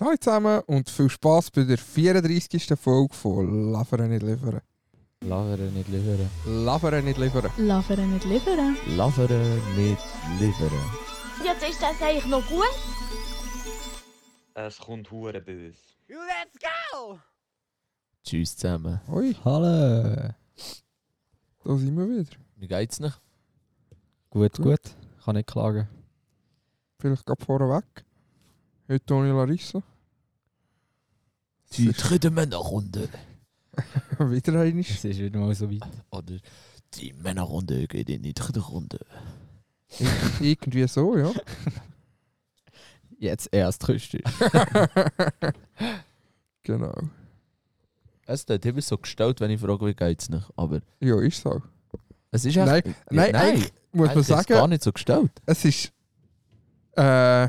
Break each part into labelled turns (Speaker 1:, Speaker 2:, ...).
Speaker 1: Hallo zusammen und viel Spass bei der 34. Folge von Lavere nicht liefern.
Speaker 2: Laveren nicht liefern.
Speaker 1: Lavere nicht liefern.
Speaker 3: Laveren nicht liefern.
Speaker 2: Laveren nicht liefern.
Speaker 4: Jetzt ist das eigentlich noch gut.
Speaker 5: Es kommt hure böse.
Speaker 2: Tschüss zusammen.
Speaker 1: Hoi,
Speaker 6: Hallo.
Speaker 1: da sind wir wieder.
Speaker 2: Wie geht's noch?
Speaker 6: Gut,
Speaker 1: Gut.
Speaker 6: gut. Kann nicht klagen.
Speaker 1: Vielleicht gerade vorweg. Heute Toni Larissa.
Speaker 2: Die dritte Männerrunde.
Speaker 1: wieder eine.
Speaker 6: Es ist wieder mal so weit.
Speaker 2: Oder die Männerrunde geht in die dritte Runde.
Speaker 1: Irgendwie so, ja.
Speaker 6: Jetzt erst richtig.
Speaker 1: genau.
Speaker 2: Es wird immer so gestellt, wenn ich frage, wie geht's noch. Aber
Speaker 1: Ja, ist so.
Speaker 2: es ist echt...
Speaker 1: Nein, nein,
Speaker 2: nein,
Speaker 1: Muss man
Speaker 2: eigentlich ist es gar
Speaker 1: sagen,
Speaker 2: nicht so gestellt.
Speaker 1: es ist. Äh,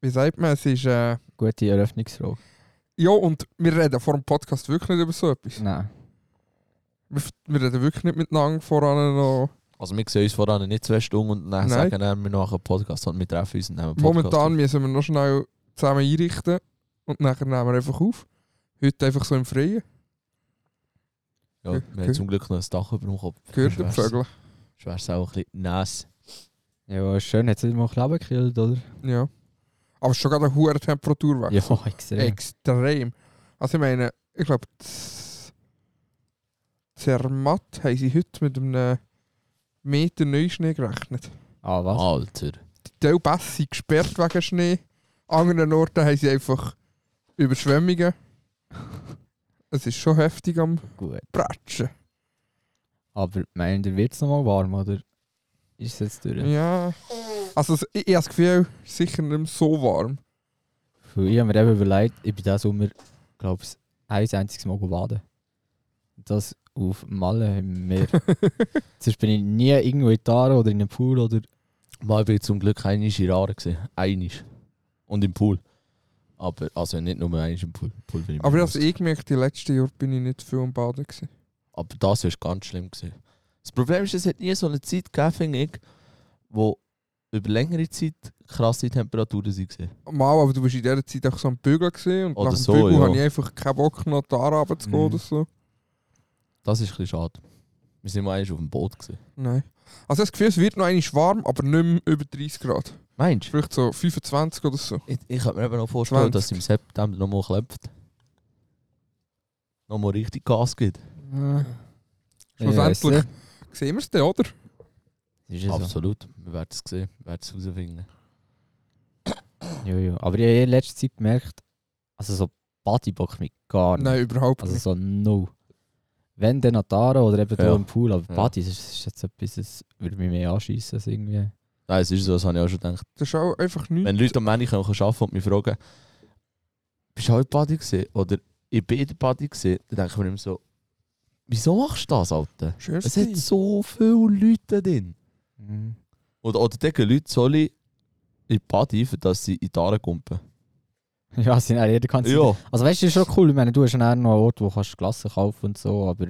Speaker 1: wie sagt man, es ist. Äh,
Speaker 6: Gute Eröffnungsfrage.
Speaker 1: ja, und wir reden vor dem Podcast wirklich nicht über so etwas.
Speaker 6: Nein.
Speaker 1: Wir, wir reden wirklich nicht miteinander voran noch.
Speaker 2: Also wir sehen uns voran nicht zwei Stunden und
Speaker 1: Nein.
Speaker 2: dann sagen dann, wir machen einen Podcast und wir treffen uns und nehmen einen Podcast.
Speaker 1: Momentan müssen wir noch schnell zusammen einrichten und nachher nehmen wir einfach auf. Heute einfach so im Freien.
Speaker 2: Ja, wir haben zum Glück noch ein Dach über dem Kopf.
Speaker 1: Gehört den Vögel.
Speaker 2: Schwer ist auch ein bisschen nass.
Speaker 6: Ja, schön, hat es wieder mal Klappen gekillt, oder?
Speaker 1: Ja. Aber es ist schon gerade eine hohe Temperatur weg.
Speaker 6: Ja, extrem.
Speaker 1: Extrem. Also ich meine, ich glaube, Z- Zermatt haben sie heute mit einem eh, Meter Neuschnee gerechnet.
Speaker 6: Ah, was?
Speaker 2: Alter.
Speaker 1: Die Teil Bässe sind gesperrt wegen Schnee. An anderen Orten haben sie einfach Überschwemmungen. es ist schon heftig am
Speaker 6: Gut.
Speaker 1: Pratschen.
Speaker 6: Aber meint ihr, wird es nochmal warm, oder? Ist es jetzt durch?
Speaker 1: Ja. Also es- ich, ich habe das Gefühl, es ist sicher nicht mehr so warm.
Speaker 6: Weil Ich habe mir eben überlegt, ich bin diesen Sommer, glaube ich, ein einziges Mal baden. Das auf Malle im Meer. Sonst bin ich nie irgendwo in Tara oder in einem Pool oder...
Speaker 2: Mal bin ich zum Glück einmal in Rare gesehen. Einisch. Und im Pool. Aber also nicht nur einmal im Pool. Pool bin ich
Speaker 1: Aber
Speaker 2: bewusst.
Speaker 1: also ich gemerkt, die letzten Jahre bin ich nicht viel am Baden. Gewesen.
Speaker 2: Aber das war ganz schlimm. Gewesen. Das Problem ist, es hat nie so eine Zeit gegeben, finde ich, wo über längere Zeit krasse Temperaturen waren.
Speaker 1: Mal, aber du warst in dieser Zeit auch so am Bügeln gewesen und
Speaker 2: Oder
Speaker 1: nach dem
Speaker 2: so,
Speaker 1: Bügeln
Speaker 2: ja.
Speaker 1: hatte ich einfach keinen Bock, noch da runter zu gehen
Speaker 6: Mhm.
Speaker 1: oder so.
Speaker 2: Das ist ein bisschen schade. Wir sind mal einmal auf dem Boot. Gewesen.
Speaker 1: Nein. Also das Gefühl, es wird noch einmal warm, aber nicht mehr über 30 Grad.
Speaker 2: Meinst du?
Speaker 1: Vielleicht so 25 oder so.
Speaker 2: Ich, ich könnte mir eben noch vorstellen,
Speaker 1: 20.
Speaker 2: dass es im September nochmal klopft. Nochmal richtig Gas gibt.
Speaker 1: Schlussendlich
Speaker 6: Ja,
Speaker 1: sehen wir es dann, oder?
Speaker 6: Ist es so.
Speaker 2: Absolut. Wir werden es sehen. Wir werden es herausfinden.
Speaker 6: Ja, ja. Aber ich habe in letzter Zeit gemerkt, also so Party bockt mich gar nicht.
Speaker 1: Nein, überhaupt
Speaker 6: Also
Speaker 1: nicht.
Speaker 6: so no. Wenn dann Natara oder eben
Speaker 2: Ja.
Speaker 6: da im Pool, aber
Speaker 2: Ja.
Speaker 6: Party das ist, ist jetzt etwas, das würde mich mehr anschiessen als irgendwie.
Speaker 2: Nein, es ist so, das habe ich auch schon gedacht.
Speaker 1: Das ist auch einfach nichts.
Speaker 2: Wenn
Speaker 6: Mhm.
Speaker 2: Leute am Ende kommen, können arbeiten und mich fragen, bist du auch in der Party gewesen? Oder ich bin in der Party gewesen, dann denke ich mir immer so, wieso machst du das, Alter?
Speaker 1: Schön
Speaker 2: Es
Speaker 1: sein.
Speaker 2: hat so viele Leute drin. Mhm. Oder, oder denken Leute, soll ich in die Party, für dass sie in die Aare kumpen?
Speaker 6: Ja, sind auch jeder kann
Speaker 2: Ja,
Speaker 6: Also weißt du, das ist schon cool, ich meine, du hast ja auch noch einen Ort, wo kannst du Klassen kaufen und so, aber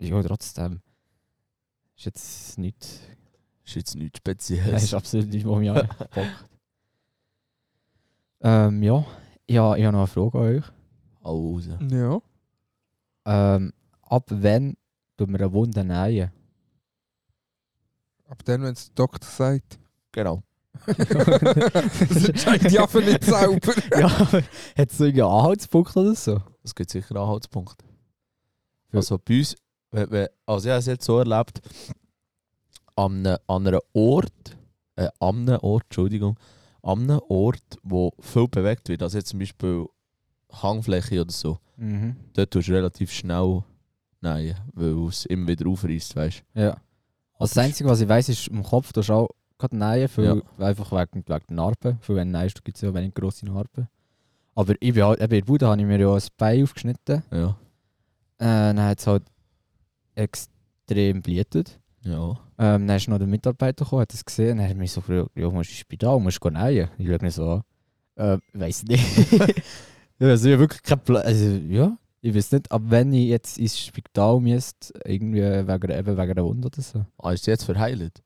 Speaker 6: ja, trotzdem. Ist jetzt nicht.
Speaker 2: ist jetzt nichts
Speaker 6: Das
Speaker 2: Spezielles.
Speaker 6: ist absolut nicht, wo mich anpackt. ähm, ja. ja, ich habe noch eine Frage an euch.
Speaker 2: Hau raus.
Speaker 1: Ja.
Speaker 6: Ähm, ab wann tun wir eine Wunde nähen?
Speaker 1: Aber dann, wenn es der Doktor sagt.
Speaker 2: Genau.
Speaker 1: das entscheidet die Affen nicht selber.
Speaker 6: ja, aber hat es irgendeinen Anhaltspunkt oder so?
Speaker 2: Es gibt sicher einen Anhaltspunkt.
Speaker 6: Ja.
Speaker 2: Also bei uns, wenn, wenn, also ich habe es jetzt so erlebt, an einem, an einem Ort, äh, an einem Ort, Entschuldigung, an einem Ort, wo viel bewegt wird, also jetzt zum Beispiel Hangfläche oder so,
Speaker 6: Mhm.
Speaker 2: dort tust du relativ schnell nein, weil es immer wieder aufreißt, weißt
Speaker 6: Ja. Also das Einzige, was ich weiß, ist, im Kopf tust du auch gerade nähen, weil einfach wegen, wegen der Narben. Weil wenn du nähst, gibt es ja wenig grosse Narben. Aber ich bin halt, eben in der Bude habe ich mir ja ein Bein aufgeschnitten.
Speaker 2: du? Ja.
Speaker 6: Äh, dann hat es halt extrem blutet.
Speaker 2: Ja.
Speaker 6: Ähm, dann ist noch der Mitarbeiter gekommen, hat es gesehen, dann hat mich so gefragt, ja, musst du ins Spital, musst du nähen? Ich schaue mich so an. Ähm, weiss nicht. ja, also ich hab wirklich keinen Plan. Also, ja, ich weiß nicht, ab wenn ich jetzt ins Spital müsste, irgendwie wegen, eben wegen einer Wunde oder so.
Speaker 2: Ah, ist sie jetzt verheilt?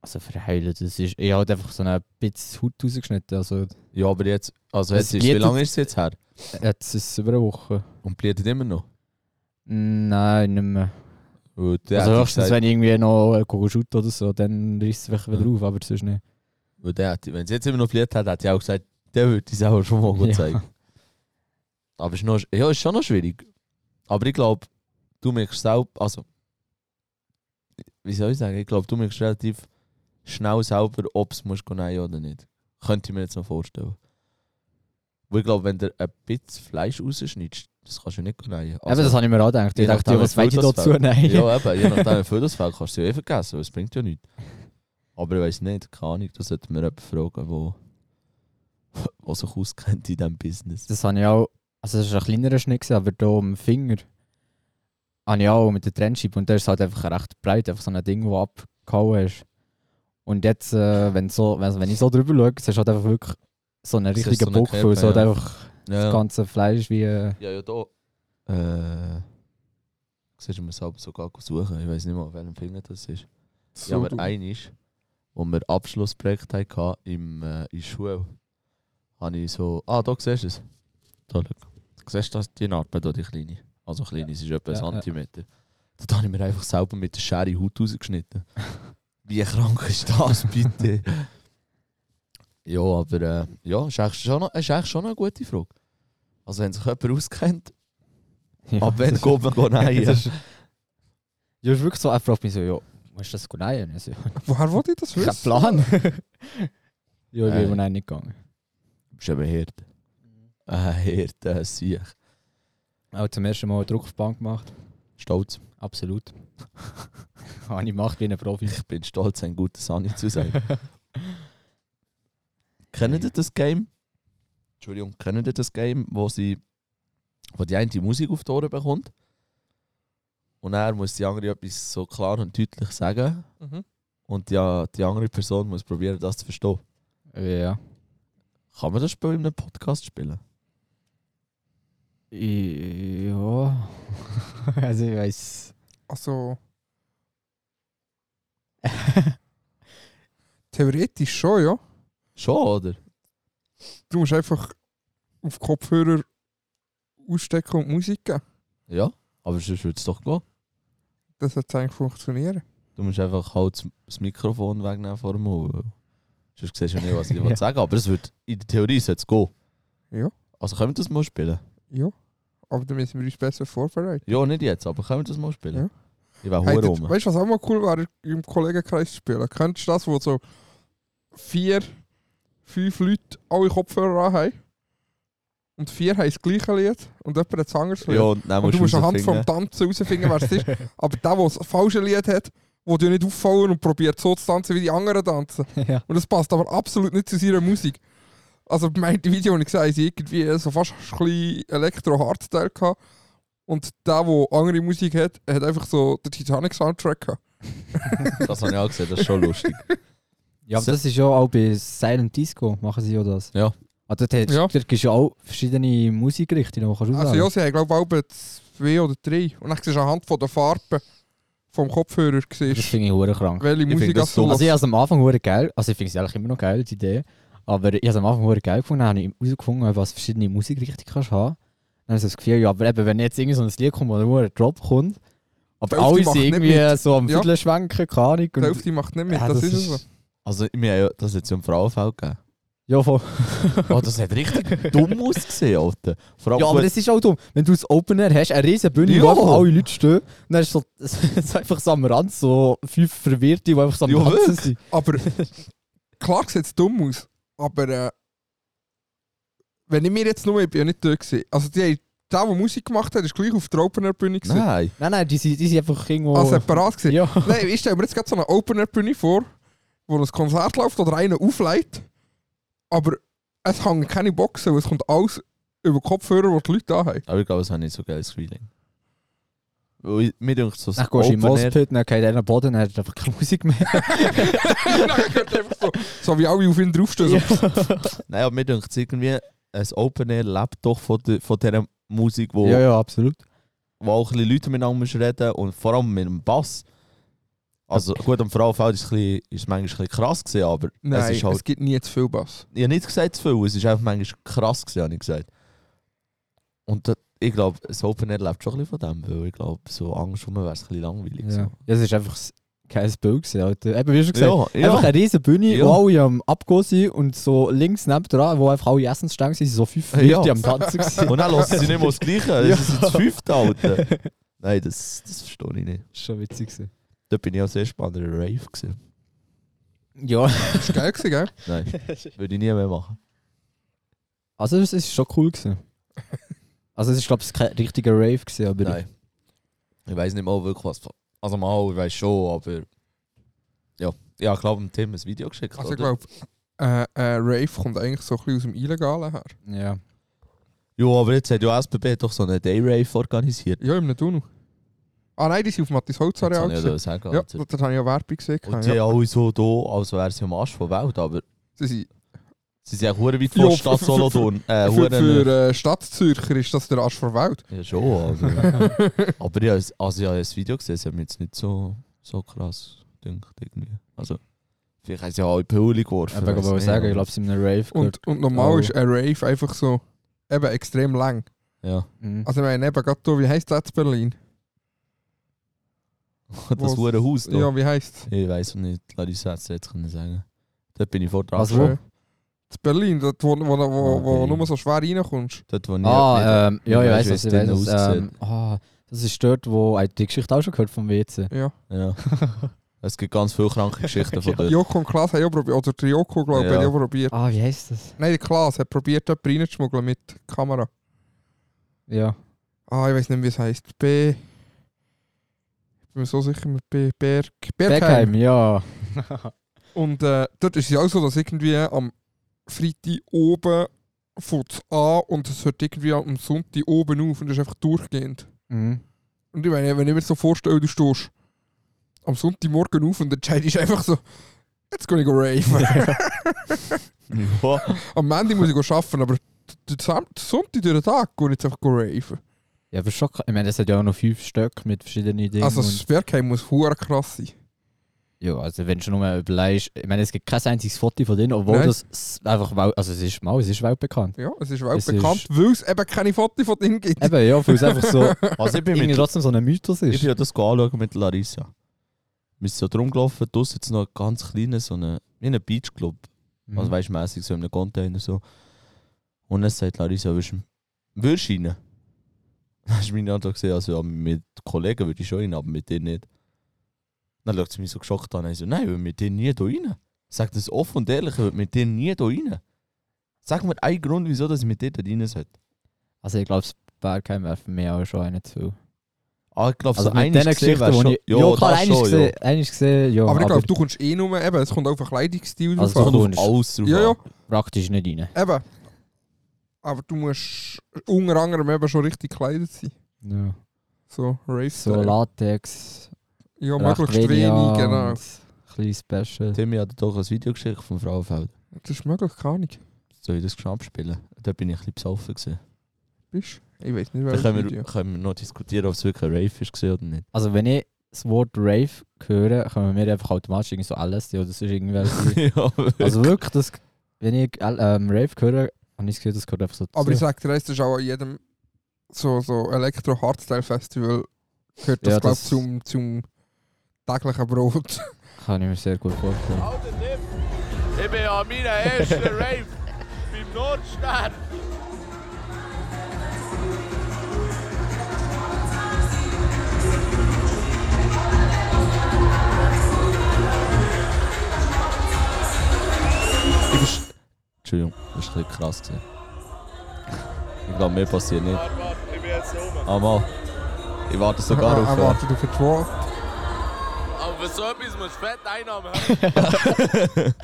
Speaker 6: Also verheilen, das ist... Ich habe halt einfach so ein bisschen Haut rausgeschnitten, also...
Speaker 2: Ja, aber jetzt, also jetzt
Speaker 6: Es
Speaker 2: ist, wie
Speaker 6: blietet-
Speaker 2: lange ist es jetzt her?
Speaker 6: Jetzt ist es über eine Woche.
Speaker 2: Und blietet immer noch.
Speaker 6: Nein, nicht mehr.
Speaker 2: Weil der
Speaker 6: also
Speaker 2: hat
Speaker 6: höchstens,
Speaker 2: gesagt,
Speaker 6: wenn ich irgendwie noch einen Kugel shoot oder so, dann riss es vielleicht wieder
Speaker 2: Ja.
Speaker 6: auf, aber sonst nicht.
Speaker 2: weil der hat- wenn es jetzt immer noch blietet hat, hat ich auch gesagt, der würde es auch schon mal gut
Speaker 6: Ja.
Speaker 2: zeigen. Aber ist, noch, ja, ist schon noch schwierig. Aber ich glaube, du merkst selber, also, wie soll ich sagen, ich glaube, du merkst relativ schnell selber, ob es musst gehen nehmen oder nicht. Könnte ich mir jetzt noch vorstellen. Weil ich glaube, wenn du ein bisschen Fleisch rausschneidest, das kannst du nicht gehen Also- nehmen.
Speaker 6: Eben, das habe ich mir auch gedacht.
Speaker 2: je
Speaker 6: Ich dachte,
Speaker 2: nachdem,
Speaker 6: ja, was
Speaker 2: wie viel
Speaker 6: will ich
Speaker 2: das
Speaker 6: dazu?
Speaker 2: fällt.
Speaker 6: Nein.
Speaker 2: Ja, eben, je nachdem, wie viel das fällt, kannst du es ja eh vergessen, weil es bringt ja nichts. Aber ich weiß nicht, keine Ahnung, da sollten wir jemanden fragen, wo, wo sich auskennt in diesem Business.
Speaker 6: Das habe ich auch... Also das war ein kleinerer Schnitt, gewesen, aber hier am Finger habe ich auch mit der Trennscheibe und der ist halt einfach recht breit, einfach so ein Ding, das abgehauen ist. Und jetzt, äh, wenn, so, wenn, wenn ich so drüber schaue, siehst du halt einfach wirklich so einen
Speaker 2: Siehst du
Speaker 6: richtigen
Speaker 2: so einen
Speaker 6: Buckel, so, so halt
Speaker 2: Körper, ja.
Speaker 6: einfach das ganze Fleisch wie... Äh,
Speaker 2: ja, ja, da. Äh, siehst du, wir selber sogar suchen, ich weiß nicht mal, auf welchem Finger das ist. ja, aber einisch, wo wir Abschlussprojekt hatten im, äh, in der Schule, habe ich so. Ah, da siehst du es. Da, schau. Siehst du das- die Narbe hier, die kleine? Also kleine, es ist etwa
Speaker 6: Ja,
Speaker 2: ein
Speaker 6: ja.
Speaker 2: Zentimeter. Da habe ich mir einfach selber mit der Schere die Haut rausgeschnitten. Wie krank ist das bitte? ja, aber äh, ja, ist eigentlich, schon noch, ist eigentlich schon noch eine gute Frage. Also wenn sich jemand auskennt,
Speaker 6: ja,
Speaker 2: ab wann
Speaker 6: das-
Speaker 2: geht man gehen nähen?
Speaker 6: Das ist- Ja, ist wirklich so, er fragt mich so, ja, musst du das gut nähen? Ich so, ja,
Speaker 1: Woher wollte ich das
Speaker 6: kein
Speaker 1: wissen?
Speaker 6: Plan. ja, ich
Speaker 2: Äh.
Speaker 6: bin immer noch nicht gegangen.
Speaker 2: Bist eben Äh, Hirte. Ein Hirte, ein Sieg.
Speaker 6: Auch zum ersten Mal Druck auf die Bank gemacht.
Speaker 2: Stolz.
Speaker 6: Absolut. Habe ich gemacht wie ein Profi.
Speaker 2: Ich bin stolz, ein guter Sani zu sein. Kennt ihr das Game? Entschuldigung, kennt ihr das Game, wo sie wo die eine die Musik auf die Ohren bekommt und er muss die andere etwas so klar und deutlich sagen
Speaker 1: Mhm.
Speaker 2: und die, die andere Person muss probieren, das zu verstehen.
Speaker 6: Ja.
Speaker 2: Kann man das Spiel in einem Podcast spielen?
Speaker 6: Ja. also ich weiß.
Speaker 1: Also, theoretisch schon, ja.
Speaker 2: Schon, oder?
Speaker 1: Du musst einfach auf Kopfhörer ausstecken und Musik geben.
Speaker 2: Ja, aber sonst würde es doch gehen.
Speaker 1: Das hat eigentlich funktionieren.
Speaker 2: Du musst einfach halt das- das Mikrofon wegnehmen vor dem Mund. weil Sonst siehst du nicht, was ich ja. sagen will. Aber es wird, in der Theorie sollte es gehen.
Speaker 1: Ja.
Speaker 2: Also können wir das mal spielen?
Speaker 1: Ja. Aber dann müssen wir uns besser vorbereiten.
Speaker 2: Ja, nicht jetzt, aber können wir das mal spielen?
Speaker 1: Ja.
Speaker 2: Ich wäre
Speaker 1: Hey,
Speaker 2: hure
Speaker 1: das-
Speaker 2: rum.
Speaker 1: weißt du, was auch mal cool wäre, im Kollegenkreis zu spielen? Könntest du das, wo so vier, fünf Leute alle Kopfhörer anhaben? Und vier haben das gleiche Lied und jemand hat das anderes Lied.
Speaker 2: Ja, und dann
Speaker 1: und du musst anhand vom
Speaker 2: rausfinden.
Speaker 1: Tanzen herausfinden, wer es ist. Aber der, der das falsche Lied hat, wo dir nicht auffallen und probiert so zu tanzen, wie die anderen tanzen.
Speaker 6: ja.
Speaker 1: Und das passt aber absolut nicht zu seiner Musik. Also bei meinem Video, wo ich gesehen habe, sie irgendwie so fast ein bisschen Elektro-Hardstyle gehabt. Und der, der andere Musik hat, hat einfach so den Titanic-Soundtrack gehabt.
Speaker 2: Das habe ich auch gesehen, das ist schon lustig.
Speaker 6: Ja, aber das ist ja auch bei Silent Disco, machen sie ja das.
Speaker 2: Ja.
Speaker 6: Also dort, hast-
Speaker 1: Ja.
Speaker 6: dort gibt es ja auch verschiedene Musikrichtungen, die kannst du
Speaker 1: Also
Speaker 6: auswählen.
Speaker 1: ja, sie haben glaube ich auch zwei oder drei. Und dann siehst du anhand von der Farbe vom Kopfhörer,
Speaker 6: das
Speaker 1: siehst,
Speaker 6: finde ich hure krank.
Speaker 1: welche
Speaker 2: finde
Speaker 1: Musik
Speaker 2: das
Speaker 1: das
Speaker 2: dumm.
Speaker 1: du
Speaker 6: Also ich habe es am Anfang hure geil, also ich finde es eigentlich immer noch geil, die Idee, aber ich habe es am Anfang hure geil gefunden, dann habe ich herausgefunden, was verschiedene Musikrichtungen kannst du haben. Dann habe ich so das Gefühl, ja, aber eben, wenn jetzt irgendwie so ein Lied kommt, wo nur ein Drop kommt, aber
Speaker 1: Die Hälfte
Speaker 6: alle
Speaker 1: macht
Speaker 6: sind
Speaker 1: nicht
Speaker 6: irgendwie so am
Speaker 1: Ja.
Speaker 6: Viertel schwenken, keine Ahnung.
Speaker 1: Die
Speaker 6: Und,
Speaker 1: Hälfte macht nicht mit,
Speaker 6: Ja,
Speaker 1: das, ist so.
Speaker 2: Also, mir haben ja- das hat es ja im Frauenfeld gegeben.
Speaker 6: ja, voll.
Speaker 2: Oh, das hat richtig dumm ausgesehen, Alter. Vor allem,
Speaker 6: ja, aber das ist auch dumm, wenn du das Opener hast, eine riesen Bühne,
Speaker 2: Ja.
Speaker 6: wo einfach alle Leute stehen, und dann ist so, so einfach so am Rand so fünf Verwirrte, die einfach so am
Speaker 2: Ja,
Speaker 6: Tanzen
Speaker 2: wirklich.
Speaker 6: sind.
Speaker 1: Aber klar sieht es dumm aus, aber äh, wenn ich mir jetzt nur, ich bin ja nicht dort gewesen. Also die, haben- der, der Musik gemacht hat, ist gleich auf der Opener-Bühne gewesen.
Speaker 2: Nein,
Speaker 6: Nein, nein, die sind, Also, die sind einfach irgendwo...
Speaker 1: Ah, separat gewesen.
Speaker 6: ja.
Speaker 1: Nein, ich stelle mir jetzt gerade so eine Opener-Bühne vor, wo ein Konzert läuft oder einer auflegt, aber es hängen keine Boxen, weil es kommt alles über Kopfhörer, die die Leute da haben.
Speaker 2: aber ich glaube, es hat nicht so geiles Feeling. Weil Mir denkt so,
Speaker 6: Dann gehst du in
Speaker 2: Open Air-
Speaker 6: Mospit, dann geht einer Boden, dann hat er einfach keine Musik mehr.
Speaker 1: Nein, ich hört einfach so, so wie alle auf ihn draufstehen. so.
Speaker 2: Nein, aber mir denkt es irgendwie, ein Open Air lebt doch von, de, von dieser Musik, wo,
Speaker 6: ja, ja, absolut.
Speaker 2: wo auch ein bisschen Leute miteinander müssen reden und vor allem mit dem Bass. Also gut, am Frauenfeld ist es ein bisschen- ist es manchmal ein bisschen krass gewesen, aber
Speaker 1: Nein,
Speaker 2: es
Speaker 1: es,
Speaker 2: ist halt...
Speaker 1: gibt nie zu viel Bass.
Speaker 2: Ich habe nicht gesagt zu viel, es ist einfach manchmal krass gewesen, habe ich gesagt. Und da, ich glaube, das Open Air lebt schon ein bisschen von dem, weil ich glaube, so Angst rum wäre es ein bisschen langweilig.
Speaker 6: Ja. Es ist einfach s- kein Bild gewesen, Alter. Eben, wie schon gesagt,
Speaker 2: So. Ja,
Speaker 6: einfach
Speaker 2: ja.
Speaker 6: eine riesen Bühne,
Speaker 2: Ja.
Speaker 6: wo alle am Abgehen sind und so links neben dran, wo einfach alle Essensstände sind, so fünf
Speaker 2: Ja.
Speaker 6: Leute am Tanzen waren.
Speaker 2: Und dann hören sie nicht mehr das Gleiche,
Speaker 6: Ja.
Speaker 2: das sind das fünfte Alter. Nein, das, das verstehe ich nicht.
Speaker 6: Schon witzig gewesen.
Speaker 2: Da bin ich auch sehr spannend an einer Rave gewesen.
Speaker 6: Ja.
Speaker 1: Das war geil, gewesen, gell?
Speaker 2: Nein, würde ich nie mehr machen.
Speaker 6: Also es ist schon cool gewesen. Also es ist glaube ich kein richtiger Rave gewesen, aber
Speaker 2: Nein. Ich weiß nicht mal wirklich was. Also mal, ich weiß schon, aber. Ja, ja ich glaube, dem Tim ein Video geschickt.
Speaker 1: Also ich
Speaker 2: oder?
Speaker 1: glaube, äh, äh, Rave kommt eigentlich so ein bisschen aus dem Illegalen her.
Speaker 6: ja.
Speaker 2: Ja, aber jetzt hat ja SBB doch so eine Day-Rave organisiert.
Speaker 1: Ja, im Tunnel. Ah nein, die sind auf Matthias Holz
Speaker 2: Das
Speaker 1: Areal
Speaker 2: kann ich ja
Speaker 1: gesehen.
Speaker 2: sagen.
Speaker 1: Ja,
Speaker 2: Alter.
Speaker 1: das habe ich ja Werbung gesehen.
Speaker 2: Und die
Speaker 1: ja.
Speaker 2: alle so da, als wären sie am Arsch von Welt, aber
Speaker 1: Sie sind-
Speaker 2: sie sind auch hure weit
Speaker 1: Ja,
Speaker 2: vor
Speaker 1: für-
Speaker 2: Stadt
Speaker 1: für-
Speaker 2: Solothurn. Äh,
Speaker 1: für
Speaker 2: hure-
Speaker 1: für äh, Stadtzürcher ist das der Arsch vor Welt.
Speaker 2: Ja, schon, aber. Aber ich habe es- also ich habe das Video gesehen, es hat mir jetzt nicht so, so krass gedacht. Irgendwie. Also, vielleicht haben sie ja auch in die Pöhle geworfen.
Speaker 6: Aber ich
Speaker 2: weiss
Speaker 6: wollte
Speaker 2: nicht,
Speaker 6: sagen, ich
Speaker 2: aber-
Speaker 6: glaube es in einem Rave
Speaker 1: Und,
Speaker 6: gehört.
Speaker 1: und normal
Speaker 6: Oh.
Speaker 1: ist ein eh, Rave einfach so eben extrem lang.
Speaker 2: Ja,
Speaker 6: Mhm.
Speaker 1: Also ich meine eben gerade da, wie heisst das in Berlin?
Speaker 2: das
Speaker 1: Was-
Speaker 2: hure Haus da.
Speaker 1: Ja, wie heisst
Speaker 2: Ich weiß nicht, Larissa hat es jetzt können sagen Dort bin ich vor dran.
Speaker 6: Was,
Speaker 1: es?
Speaker 6: Wo?
Speaker 1: Äh, in Berlin, dort, wo, wo,
Speaker 2: Ah,
Speaker 1: wo, wo
Speaker 2: Okay.
Speaker 1: nur so schwer reinkommst.
Speaker 2: Dort, wo ich
Speaker 6: Ah, ähm, ja, ich
Speaker 2: weiss,
Speaker 6: weiß
Speaker 2: wie
Speaker 6: es,
Speaker 2: es
Speaker 6: ich weiß
Speaker 2: drinnen
Speaker 6: es.
Speaker 2: aussieht.
Speaker 6: Ähm, ah, das ist dort, wo ich die Geschichte auch schon gehört vom WC.
Speaker 1: Ja.
Speaker 2: ja. Es gibt ganz viele kranke Geschichten von dort.
Speaker 1: Joko und Klaas haben ja probiert, oder der Joko glaube ich,
Speaker 2: Ja.
Speaker 1: hat ja probiert.
Speaker 6: Ah, wie heißt das?
Speaker 1: Nein, der Klaas hat probiert, jemanden reinzuschmuggeln mit Kamera.
Speaker 6: Ja.
Speaker 1: Ah, ich weiß nicht, wie es heisst. B... Ich bin mir so sicher mit B... Berg... Bergheim.
Speaker 6: Bergheim, ja.
Speaker 1: Und äh, dort ist es ja auch so, dass irgendwie am Freitag oben fängt an und es hört irgendwie am Sonntag oben auf und das ist einfach durchgehend.
Speaker 6: Mhm.
Speaker 1: Und ich meine, wenn ich mir so vorstelle, du stehst am Sonntagmorgen auf und entscheidest einfach so, jetzt gehe ich raven.
Speaker 2: Ja.
Speaker 1: am Montag muss ich gehen arbeiten, aber den Sam- den Sonntag durch den Tag gehe ich jetzt einfach raven.
Speaker 6: Ja, aber schon, ich meine, es hat ja auch noch fünf Stück mit verschiedenen Dingen.
Speaker 1: Also
Speaker 6: und,
Speaker 1: das Bergheim muss hure krass sein.
Speaker 6: ja, also wenn du schon nur überlegst, ich meine, es gibt kein einziges Foto von denen, obwohl
Speaker 1: Nein.
Speaker 6: das s- einfach, wel- also es ist mal, es ist weltbekannt.
Speaker 1: Ja, es ist weltbekannt,
Speaker 6: ist-
Speaker 1: weil es eben keine Fotos von denen gibt.
Speaker 6: Eben, ja, weil es einfach so,
Speaker 2: Also ich bin
Speaker 6: irgendwie
Speaker 2: mit
Speaker 6: trotzdem so ein Mythos
Speaker 2: Ich bin
Speaker 6: ist.
Speaker 2: ja das anschauen mit Larissa. Wir sind so drum gelaufen, draussen jetzt noch ein ganz kleiner, so eine, wie ein Beachclub.
Speaker 6: Mhm.
Speaker 2: Also weißt du, mässig so in einem Container so. Und dann sagt Larissa, willst du willst du rein? Dann hast du meine Antwort gesehen, also ja, mit Kollegen würde ich schon rein, aber mit dir nicht. Dann schaut sie mich so geschockt an und so, nein, ich will mit dir nie hier rein. Sag das offen und ehrlich, ich will mit dir nie hier rein. Sag mir einen Grund, wieso dass ich mit dir da rein sollte.
Speaker 6: Also ich glaube, das Bergheim wäre für mich auch schon einer zu.
Speaker 2: Ah, ich glaube,
Speaker 6: Also
Speaker 2: so
Speaker 6: mit
Speaker 2: eine
Speaker 6: diesen Geschichten, wo ich... Ja, klar, eines gesehen, eines gesehen, ja,
Speaker 1: aber ich
Speaker 6: aber
Speaker 1: glaube, du kommst eh nur, eben, es kommt auch Verkleidungsstil
Speaker 6: Also
Speaker 1: drauf
Speaker 6: du
Speaker 1: an.
Speaker 2: Und
Speaker 6: kommst-
Speaker 2: auf alles drauf
Speaker 1: Ja, ja.
Speaker 2: an.
Speaker 6: praktisch nicht rein.
Speaker 1: Eben. Aber du musst unter anderem eben schon richtig gekleidet sein.
Speaker 6: Ja.
Speaker 1: So Rave
Speaker 6: So Latex,
Speaker 1: Ja,
Speaker 6: recht
Speaker 1: möglichst wenig,
Speaker 6: an
Speaker 1: genau.
Speaker 6: und Ein bisschen Special.
Speaker 2: Timmy hat doch ein Video geschickt vom Frauenfeld.
Speaker 1: Das ist möglich, keine Ahnung.
Speaker 2: Soll ich das geschnappt spielen? Da bin ich ein bisschen besoffen. Gewesen.
Speaker 1: Bist Ich weiß nicht,
Speaker 2: Da
Speaker 1: welches
Speaker 2: können wir,
Speaker 1: Video.
Speaker 2: können wir noch diskutieren, ob es wirklich ein Rave ist gewesen oder nicht.
Speaker 6: Also wenn ich das Wort Rave höre, kommen mir einfach automatisch irgendwie so alles, ja, das ist irgendwelche.
Speaker 2: ja,
Speaker 6: also wirklich, das, wenn ich Al- ähm, Rave höre, habe ich das Gefühl, das gehört einfach so
Speaker 1: Aber ich
Speaker 6: dazu.
Speaker 1: sag dir, es ist auch an jedem so, so Elektro-Hardstyle-Festival gehört das,
Speaker 6: Ja,
Speaker 1: glaub,
Speaker 6: das-
Speaker 1: zum, zum täglichen Brot.
Speaker 6: Kann ich mir sehr gut vorstellen.
Speaker 3: Alter Tim, ich bin an meiner ersten Rave beim Nordstern.
Speaker 2: ich bist, Entschuldigung, das war ein bisschen krass. Gewesen. Ich glaube, mehr passiert nicht.
Speaker 3: Warte, warte, ich bin jetzt rum.
Speaker 2: Ah, mal. Ich warte sogar
Speaker 1: Ah,
Speaker 2: auf...
Speaker 1: Wartet auf den Schwarz.
Speaker 3: Aber für so etwas musst du fett einnahmen haben.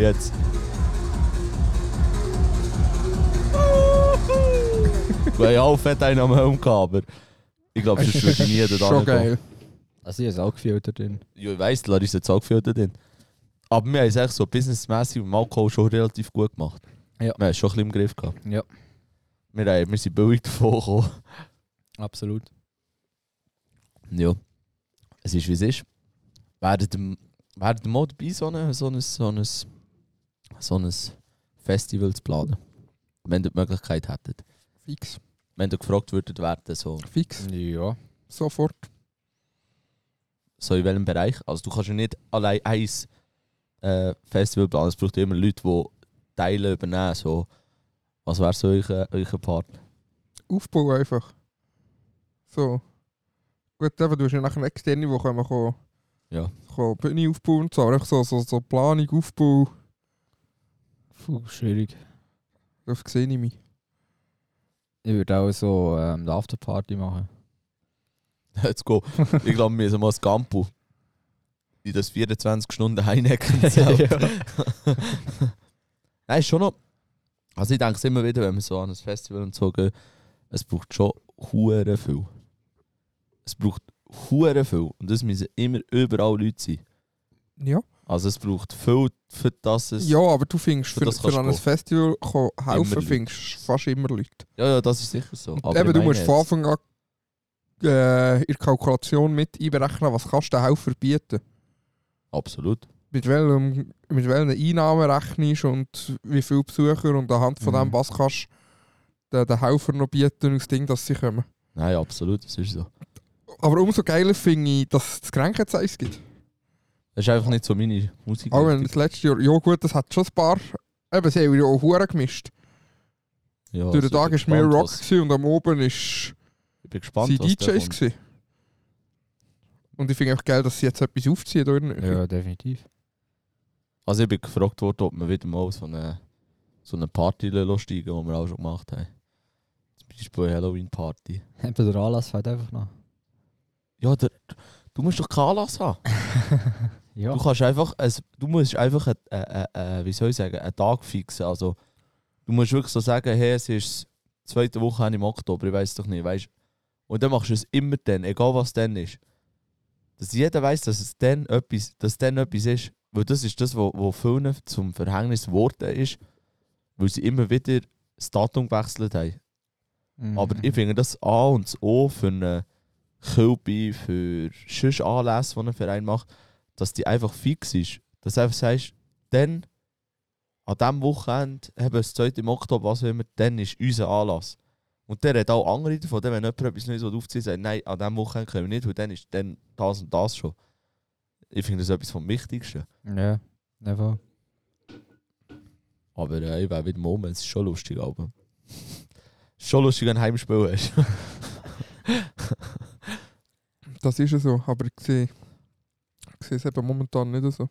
Speaker 2: jetzt. Weil ich auch fett einen am Helm gehabt, aber... Ich glaube, sonst würde ich nie da
Speaker 1: Schon geil.
Speaker 6: Also ich habe es auch gefühlt da drin.
Speaker 2: Ja, ich weiss, Larissa hat es auch geführt. dort. Aber wir haben es eigentlich so businessmässig mit dem Alkohol schon relativ gut gemacht.
Speaker 6: Ja.
Speaker 2: Wir haben es schon ein bisschen im Griff gehabt.
Speaker 6: Ja.
Speaker 2: Wir, haben, wir sind billig davon gekommen.
Speaker 6: Absolut.
Speaker 2: Ja. es ist wie es ist. Werdet ihr werdet ihr mal dabei, so ein, so ein, so ein, so ein Festival zu planen? Wenn ihr die Möglichkeit hättet.
Speaker 1: Fix.
Speaker 2: Wenn ihr gefragt würdet werden, so,
Speaker 1: Fix.
Speaker 6: Ja.
Speaker 1: Sofort.
Speaker 2: so in welchem Bereich. Also du kannst ja nicht allein ein äh, Festival planen. Es braucht ja immer Leute, die Teile übernehmen. So. Was wäre so äh, euer, euer Part?
Speaker 1: Aufbau einfach. So. Gut, eben, du hast ja nachher externe, die können kommen.
Speaker 2: Ja.
Speaker 1: Kann Bühne aufbauen und so, aber einfach so, so, so Planung, Aufbau,
Speaker 6: Puh, schwierig.
Speaker 1: da sehe ich mich.
Speaker 6: Ich würde auch so ähm, eine Afterparty machen.
Speaker 2: Let's go. Ich glaube, wir sind mal das Campo. In das 24 Stunden Heinecken zählt. Nein, ist schon noch. Also ich denke es immer wieder, wenn wir so an ein Festival und so gehen, es braucht schon hure viel. Es braucht hure viel. Und das müssen immer überall Leute sein.
Speaker 1: Ja.
Speaker 2: Also es braucht viel, für das es...
Speaker 1: ja, aber du findest,
Speaker 2: Für
Speaker 1: für,
Speaker 2: das
Speaker 1: für
Speaker 2: kannst
Speaker 1: an
Speaker 2: du
Speaker 1: ein Festival kann helfen
Speaker 2: Leute.
Speaker 1: findest du fast immer Leute.
Speaker 2: ja, ja, das ist sicher so. Aber
Speaker 1: Eben,
Speaker 2: ich
Speaker 1: du
Speaker 2: meine
Speaker 1: musst von
Speaker 2: jetzt-
Speaker 1: Anfang an äh, in der Kalkulation mit einberechnen, was kannst du den Helfer bieten.
Speaker 2: Absolut.
Speaker 1: Mit, welchem, mit welchen Einnahmen rechnest und wie viele Besucher und anhand von
Speaker 6: Mhm.
Speaker 1: dem, was kannst du den, den Helfer noch bieten und das Ding, dass sie kommen.
Speaker 2: Nein, absolut, das ist so.
Speaker 1: Aber umso geiler finde ich, dass es das Kränkenzeichen gibt.
Speaker 2: Das ist einfach nicht so meine Musik.
Speaker 1: Auch wenn das letzte Jahr, ja gut, das hat schon ein paar. Eben, sie haben ja auch Huren gemischt.
Speaker 2: ja,
Speaker 1: Durch den
Speaker 2: also ich
Speaker 1: Tag
Speaker 2: bin
Speaker 1: war mehr
Speaker 2: gespannt,
Speaker 1: Rock
Speaker 2: was-
Speaker 1: gewesen und am Oben ist
Speaker 2: Ich bin gespannt,
Speaker 1: sie
Speaker 2: was da
Speaker 1: DJs.
Speaker 2: kommt.
Speaker 1: Gewesen. Und ich finde auch geil, dass sie jetzt etwas aufziehen da in der Nähe.
Speaker 6: Ja, definitiv.
Speaker 2: Also ich bin gefragt worden, ob wir wieder mal so eine, so eine Party lostigen, die wir auch schon gemacht haben. Zum Beispiel eine Halloween-Party.
Speaker 6: Eben der Anlass fällt einfach noch.
Speaker 2: Ja, der, du musst doch keinen Anlass haben.
Speaker 6: Ja.
Speaker 2: Du kannst einfach, also, du musst einfach, äh, äh, äh, wie soll ich sagen, einen Tag fixen. Also du musst wirklich so sagen, hey, es ist die zweite Woche im Oktober, ich weiß doch nicht, weißt Und dann machst du es immer dann, egal was dann ist. Dass jeder weiß, dass es dann etwas, dass dann etwas ist. Weil das ist das, was wo vielen zum Verhängnis geworden ist, weil sie immer wieder das Datum gewechselt haben.
Speaker 6: Mhm.
Speaker 2: Aber ich finde das A und das O für eine Kilbe, für sonst Anlässe, die ein Verein macht, dass die einfach fix ist. Dass du einfach sagst, dann, an diesem Wochenende, eben das 2. im Oktober, was auch immer, dann ist unser Anlass. Und der hat auch andere davon, dann, wenn jemand etwas Neues aufzieht, sagt, nein, an diesem Wochenende können wir nicht, weil dann ist dann das und das schon. Ich finde das etwas vom Wichtigsten.
Speaker 6: Ja, einfach.
Speaker 2: Aber äh, ich wäre wieder Moment, es ist schon lustig, aber. schon lustig, wenn du ein Heimspiel hast.
Speaker 1: Das ist ja so, aber ich sehe, ich sehe es eben momentan nicht so.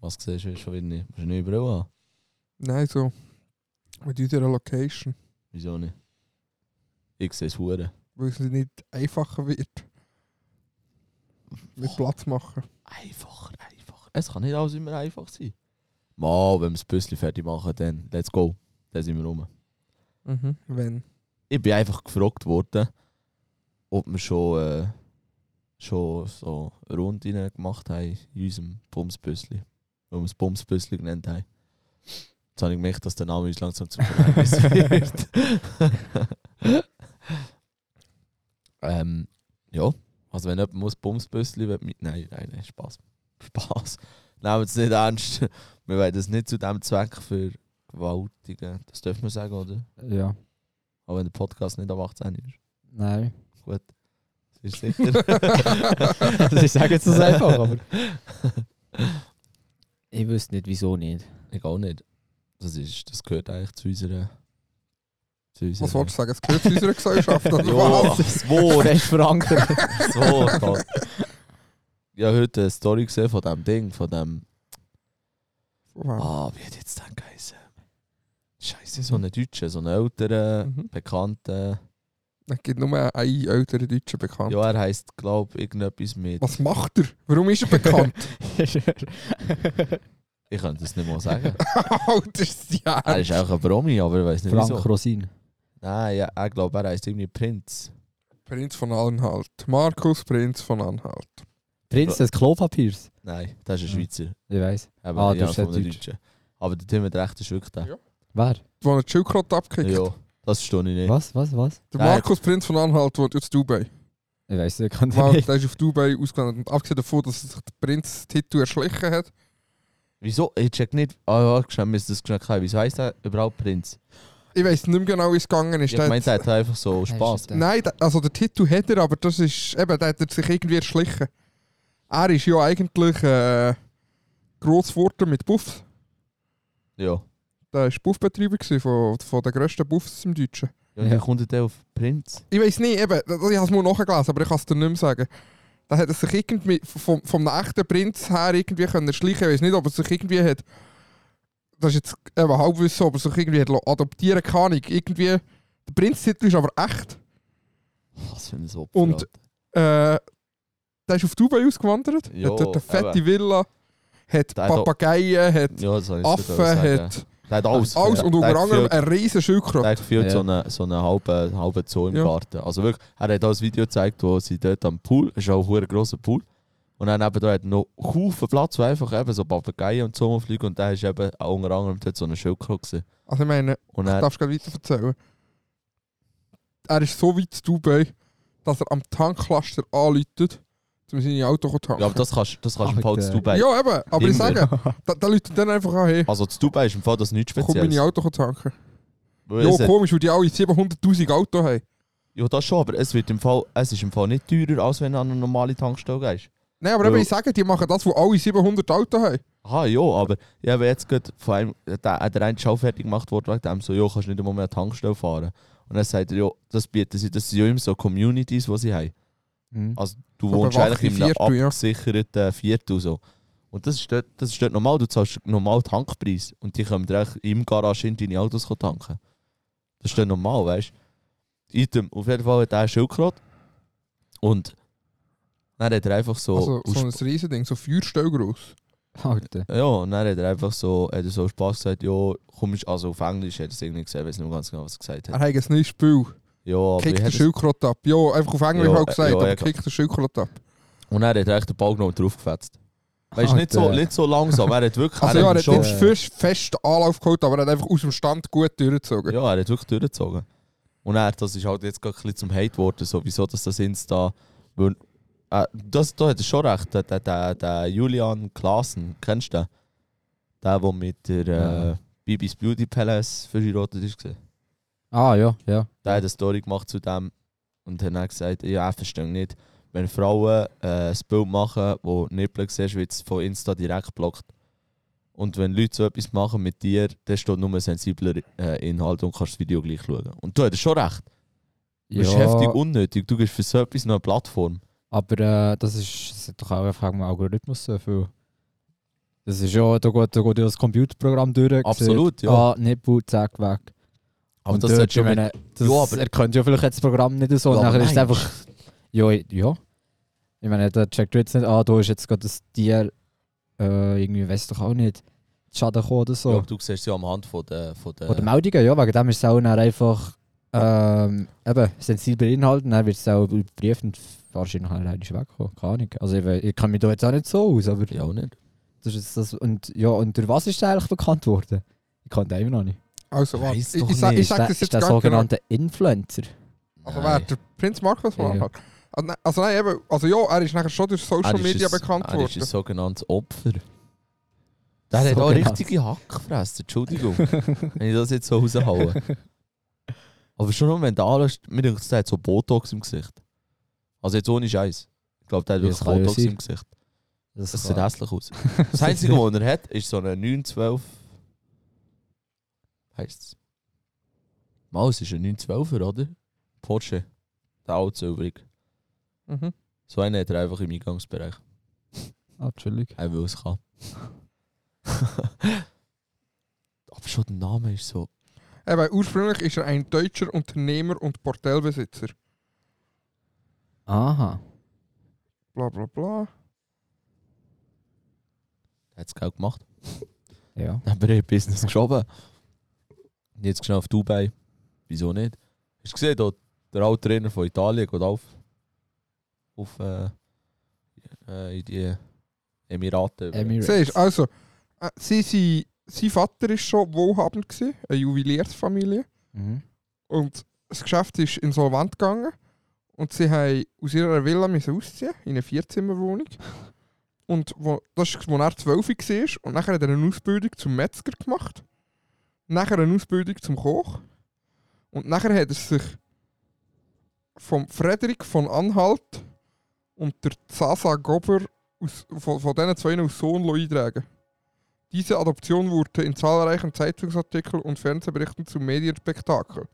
Speaker 2: Was siehst du schon wieder nicht? Musst du nicht überall haben?
Speaker 1: Nein, so mit unserer Location,
Speaker 2: Wieso nicht? Ich sehe es hure.
Speaker 1: weil es nicht einfacher wird. Mit Platz machen.
Speaker 2: Einfacher, einfacher. Es kann nicht alles immer einfach sein. Mal, wenn wir das Büssli fertig machen, dann let's go. Dann sind wir rum.
Speaker 1: Wenn.
Speaker 2: Ich bin einfach gefragt worden, ob wir schon, äh, schon so Runden gemacht haben in unserem Bumsbüssli. Weil wir es Bumsbüssli genannt haben. Jetzt habe ich gemerkt, dass der Name uns langsam zum Verhängnis wird. ähm, ja, also wenn jemand muss Bumsbüssli will mit... Nein, nein, nein, Spaß. Spaß. Nehmen es nicht ernst. Wir wollen das nicht zu dem Zweck für Gewaltigen. Das dürfen wir sagen, oder?
Speaker 6: Ja.
Speaker 2: Auch wenn der Podcast nicht ab 18 ist.
Speaker 6: Nein.
Speaker 2: Gut. Das ist sicher.
Speaker 6: ich sage jetzt das einfach, aber. Ich wüsste nicht, wieso nicht.
Speaker 2: ich auch nicht. Das, ist, das gehört eigentlich zu unserer. Zu unserer
Speaker 1: Was wolltest du sagen? Es gehört zu unserer Gesellschaft. Oder
Speaker 2: Ja,
Speaker 1: was?
Speaker 2: das Wort.
Speaker 6: Fest verankert.
Speaker 2: Das Wort. Gott. Ich habe heute eine Story gesehen von dem Ding, von dem.
Speaker 1: Wow.
Speaker 2: Ah, wie hat jetzt der geheißen? Scheiße, so einen Deutschen, so einen älteren,
Speaker 1: Mhm.
Speaker 2: bekannten.
Speaker 1: Es gibt nur einen älteren Deutschen bekannt.
Speaker 2: Ja, er heisst, glaube ich, irgendetwas mit.
Speaker 1: Was macht er? Warum ist er bekannt?
Speaker 2: Ich könnte es nicht mal sagen.
Speaker 1: Alter, ja.
Speaker 2: er ist auch ein Promi, aber ich weiß nicht
Speaker 6: Frank
Speaker 2: wieso.
Speaker 6: Rosin.
Speaker 2: Nein, ja, ich glaube, er heisst irgendwie Prinz.
Speaker 1: Prinz von Anhalt. Markus Prinz von Anhalt.
Speaker 6: Prinz des Klopapiers.
Speaker 2: Nein, das
Speaker 1: Mhm.
Speaker 6: Ja.
Speaker 2: ist ein Schweizer.
Speaker 6: Ich weiß.
Speaker 2: Aber
Speaker 6: Ah,
Speaker 2: ja,
Speaker 6: das ist
Speaker 2: von
Speaker 6: der
Speaker 2: den
Speaker 6: Deutsche.
Speaker 2: Deutschen. Aber der Tim hat recht, ist wirklich der.
Speaker 1: Ja.
Speaker 6: Wer?
Speaker 1: Wo er die Schildkröte abkickt.
Speaker 2: Ja, das verstehe ich nicht.
Speaker 6: Was, was, was?
Speaker 1: Der
Speaker 2: Nein.
Speaker 1: Markus Prinz von Anhalt wohnt jetzt in Dubai.
Speaker 6: Ich weiß nicht, kann
Speaker 1: Mal,
Speaker 6: ich
Speaker 1: der ist auf Dubai ausgelandet. Und abgesehen davon, dass sich der Prinz Titel erschlichen hat,
Speaker 2: Wieso? Ich check nicht. Ah ja, geschrieben, müssen das geschnackt haben. Wieso heisst der überhaupt Prinz?
Speaker 1: ich weiß nicht mehr genau, wie es gegangen ist.
Speaker 2: Ich
Speaker 1: Der
Speaker 2: meine,
Speaker 1: hat-
Speaker 2: der hat einfach so Oh, Spaß.
Speaker 1: Nein, da- also der Titel hat er, aber das ist, eben, der hat er sich irgendwie erschlichen. Er ist ja eigentlich äh, Grosswurter mit Buffs.
Speaker 2: Ja.
Speaker 1: Der war Buffbetreiber gewesen von, von den grössten Buffs im Deutschen.
Speaker 2: Ja, und
Speaker 6: Ja.
Speaker 2: dann kommt der auf Prinz.
Speaker 1: Ich weiß nicht, eben, ich habe es mal nachgelesen, aber ich kann es dir nicht mehr sagen. Da hat er sich irgendwie vom, vom echten Prinz her irgendwie können erschleichen. Ich weiß nicht, ob er sich irgendwie hat. Das ist jetzt eben halbwissen, ob er sich irgendwie hat lo- adoptieren kann. Ich. Irgendwie. Der Prinztitel ist aber echt.
Speaker 2: Was für ein Opfer.
Speaker 1: Und-
Speaker 2: Alter.
Speaker 1: Äh, der ist auf Dubai ausgewandert,
Speaker 2: Ja,
Speaker 1: hat dort eine fette Villa, hat
Speaker 2: Der hat auch-
Speaker 1: Papageien, hat
Speaker 2: Ja, das soll ich
Speaker 1: Affen, hat
Speaker 2: Der hat alles.
Speaker 1: alles
Speaker 2: Der-
Speaker 1: und
Speaker 2: der
Speaker 1: unter
Speaker 2: hat
Speaker 1: anderem
Speaker 2: gefühlt-
Speaker 1: einen riesen Schildkröte.
Speaker 2: Der hat gefühlt
Speaker 6: Ja.
Speaker 2: so einen so eine halben, halben Zoo im
Speaker 1: Ja.
Speaker 2: Garten. Also wirklich, er hat auch ein Video gezeigt, wo sie dort am Pool, es ist auch ein verdammt grosser Pool, und dann eben da hat noch Haufen Platz, wo einfach eben so Papageien und so fliegen und da ist eben auch unter anderem dort so ein Schildkröte gewesen.
Speaker 1: Also ich meine,
Speaker 2: Und
Speaker 1: Ich
Speaker 2: dann,
Speaker 1: darfst gerade weiter erzählen. Er ist so weit zu Dubai, dass er am Tanklaster anläutet, um seine Auto zu tanken.
Speaker 2: ja, aber das kannst, das kannst du im Fall zu
Speaker 6: Alter.
Speaker 2: Dubai.
Speaker 1: Ja, eben, aber ich
Speaker 2: Immer.
Speaker 1: sage, da, da läutet dann einfach an, hey,
Speaker 2: Also zu Dubai ist im Fall das nichts
Speaker 1: komm meine
Speaker 2: Spezielles.
Speaker 1: Auto tanken.
Speaker 2: Weil es
Speaker 1: Ja,
Speaker 2: hat-
Speaker 1: komisch, weil die alle 700'000 Auto haben.
Speaker 2: Ja, das schon, aber es, wird im Fall, es ist im Fall nicht teurer, als wenn du an eine normale Tankstelle gehst.
Speaker 1: Nein, aber eben,
Speaker 2: Ja.
Speaker 1: ich sage, die machen das, wo alle 700 Auto haben.
Speaker 2: Aha, ja, aber ich habe jetzt gerade von einem, äh, der, der eine Schau fertig gemacht worden, wegen dem so, ja, kannst nicht einmal mehr eine Tankstelle fahren. Und dann sagt er, ja, das bieten sie, das sind ja immer so Communities, die sie haben.
Speaker 6: Mhm.
Speaker 2: Also du
Speaker 1: So
Speaker 2: wohnst
Speaker 1: bewachte
Speaker 2: eigentlich in einem
Speaker 1: Viertel, ja.
Speaker 2: abgesicherten Viertel so. Und das ist, dort, das ist dort normal, du zahlst normal Tankpreis und die können direkt im Garage in deine Autos tanken. Das ist dort normal, weißt du? Item, auf jeden Fall hat er einen Schildkröte und dann hat er einfach so...
Speaker 1: Also
Speaker 2: aus
Speaker 1: so ein Riesending, so Feuerstell groß.
Speaker 6: Alter.
Speaker 2: ja, und dann hat er einfach so, hat er so Spaß gesagt, ja, kommst also auf Englisch hat er es irgendwie gesagt, ich weiß nicht mehr ganz genau, was er gesagt
Speaker 1: Er
Speaker 2: hat.
Speaker 1: hat ein neues Spiel.
Speaker 2: Ja, aber
Speaker 1: Kickt
Speaker 2: ich
Speaker 1: den
Speaker 2: hätte es-
Speaker 1: Schildkröte ab. Ja, einfach auf Englisch
Speaker 2: Ja,
Speaker 1: halt gesagt,
Speaker 2: ja,
Speaker 1: aber
Speaker 2: ja,
Speaker 1: kickt den Schildkröte ab.
Speaker 2: und dann hat er echt den Ball genommen und draufgefetzt. Weißt du, nicht so,
Speaker 6: Alter.
Speaker 2: nicht so langsam, er hat wirklich
Speaker 1: Also
Speaker 2: er
Speaker 1: ja,
Speaker 2: hat
Speaker 1: er hat
Speaker 2: schon,
Speaker 1: nicht fest, fest Anlauf geholt, aber er hat einfach aus dem Stand gut durchgezogen.
Speaker 2: ja, er hat wirklich durchgezogen. Und er, das ist halt jetzt gerade ein bisschen zum Hate geworden, so, wieso dass das Insta. Weil, äh, das, da hat er schon recht, der, der, der, der Julian Klaassen, kennst du den? Der, der mit der äh,
Speaker 6: Ja.
Speaker 2: Bibis Beauty Palace verheiratet ist. gewesen.
Speaker 6: Ah, ja, ja.
Speaker 2: der hat eine Story gemacht zu dem und hat dann gesagt, ja, ich verstehe nicht, wenn Frauen äh, ein Bild machen, wo Nippel siehst, wird es von Insta direkt blockt. Und wenn Leute so etwas machen mit dir, dann steht nur ein sensibler äh, Inhalt und kannst das Video gleich schauen. Und du hattest schon recht. Du bist heftig unnötig. Du gibst für so etwas noch eine Plattform.
Speaker 6: Aber äh, das ist das hat doch auch eine Frage vom Algorithmus. so viel. Das ist ja, da geht, da geht ja das Computerprogramm durch.
Speaker 2: Absolut,
Speaker 6: sieht,
Speaker 2: ja.
Speaker 6: Ah, Nippel, zack, weg.
Speaker 2: Aber
Speaker 6: Und
Speaker 2: das
Speaker 6: dort,
Speaker 2: sollte schon
Speaker 6: ich meine, das,
Speaker 2: Ja, aber-
Speaker 6: Er könnte ja vielleicht jetzt das Programm nicht so.
Speaker 2: Ja,
Speaker 6: und
Speaker 2: aber
Speaker 6: nachher ist es
Speaker 2: nein.
Speaker 6: einfach. Ja, ich- ja. Ich meine, da checkt jetzt nicht, ah, da ist jetzt gerade das Tier. Äh, irgendwie weiß doch auch nicht. zu Schaden gekommen oder so.
Speaker 2: Ja, du siehst ja am Hand von der, von
Speaker 1: Äh,
Speaker 2: der,
Speaker 6: Oder Meldungen, ja, wegen dem ist es auch dann einfach ähm, eben, sensibel Inhalt und dann wird es auch überprüft und wahrscheinlich halt halt ist weggekommen. Keine Ahnung. Also ich, we- ich kann mich da jetzt auch nicht so aus, aber
Speaker 2: Ja, auch nicht.
Speaker 6: das ist das. Und ja, und durch was ist der eigentlich bekannt worden? Ich kann den immer noch nicht.
Speaker 1: Also, warte.
Speaker 2: Weiss
Speaker 1: Ich,
Speaker 2: doch
Speaker 1: ich, sag,
Speaker 2: nicht.
Speaker 1: ich
Speaker 6: ist
Speaker 1: sag
Speaker 6: der,
Speaker 1: das
Speaker 6: ist
Speaker 1: jetzt
Speaker 6: der
Speaker 1: ganz genau.
Speaker 6: sogenannte Influencer?
Speaker 1: Also, wer?
Speaker 2: Nein.
Speaker 1: Der Prinz Markus
Speaker 6: Ja,
Speaker 1: war
Speaker 6: ja.
Speaker 1: Also, nein, also, nein, eben. Also, ja, er ist nachher schon durch Social
Speaker 2: Er Ah, ist
Speaker 1: Media
Speaker 2: ein-
Speaker 1: bekannt
Speaker 2: Er ist ein
Speaker 1: worden.
Speaker 2: sogenanntes Opfer. Der hat auch
Speaker 6: Sogenanntes.
Speaker 2: richtige Hackfressen, Entschuldigung, wenn ich das jetzt so raushaue. Aber schon nur, wenn du anschaust, mir denkt, der hat so Botox im Gesicht. Also jetzt ohne Scheiß. Ich glaube, der hat
Speaker 6: Ja,
Speaker 2: wirklich
Speaker 6: das kann ja
Speaker 2: Botox
Speaker 6: sein.
Speaker 2: im Gesicht.
Speaker 6: Das,
Speaker 2: Das
Speaker 6: das
Speaker 2: sieht hässlich aus. Das Einzige, was er hat, ist so eine 912. Heißt es? Mal, es ist ein 912er, oder? Porsche. Der alte übrig.
Speaker 1: Mhm.
Speaker 2: So einen hat er einfach im Eingangsbereich.
Speaker 6: Ah, chillig.
Speaker 2: Auch weil es kann. Aber schon der Name ist so.
Speaker 1: Eben, ursprünglich ist er ein deutscher Unternehmer und Portellbesitzer.
Speaker 6: Aha.
Speaker 1: Bla bla bla.
Speaker 2: Hat es Geld gemacht.
Speaker 6: Ja.
Speaker 2: Aber ich hab Business geschoben. Und jetzt schnell auf Dubai. Wieso nicht? Hast du gesehen, da, der alte Trainer von Italien geht auf. Auf äh, äh, in die Emirate.
Speaker 6: Emirates.
Speaker 1: Siehst du, also, äh, sie, sie, sein Vater war schon wohlhabend, gewesen, eine Juweliersfamilie.
Speaker 6: Mhm.
Speaker 1: Und das Geschäft ist insolvent gegangen. Und sie haben aus ihrer Villa müssen ausziehen, in eine Vierzimmerwohnung. Und wo, das war, als er 12 war. Und nachher hat er eine Ausbildung zum Metzger gemacht. Nachher eine Ausbildung zum Koch. Und nachher hat er sich vom Frederik von Anhalt und der Zaza Gober aus, von, von diesen zwei als Sohn eintragen. Diese Adoption wurde in zahlreichen Zeitungsartikeln und Fernsehberichten zum Medienspektakel.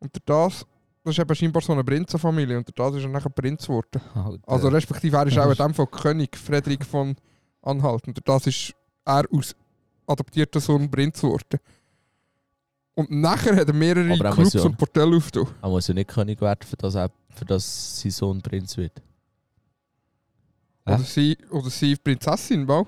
Speaker 1: Und der das, das ist eben scheinbar so eine Prinzenfamilie und der das ist er nachher Prinz geworden.
Speaker 6: Halt, äh,
Speaker 1: Also respektive er ist auch in dem Fall König Frederik von Anhalt und durch das ist er aus adoptierter Sohn Prinz geworden. Und nachher hat er mehrere
Speaker 2: Aber er muss
Speaker 1: Clubs
Speaker 2: ja-
Speaker 1: und Portelle aufgetan.
Speaker 2: Er muss ja nicht König werden, für das, er, für das sein Sohn Prinz wird.
Speaker 6: Hä?
Speaker 1: Oder sie, oder sie Prinzessin, wow.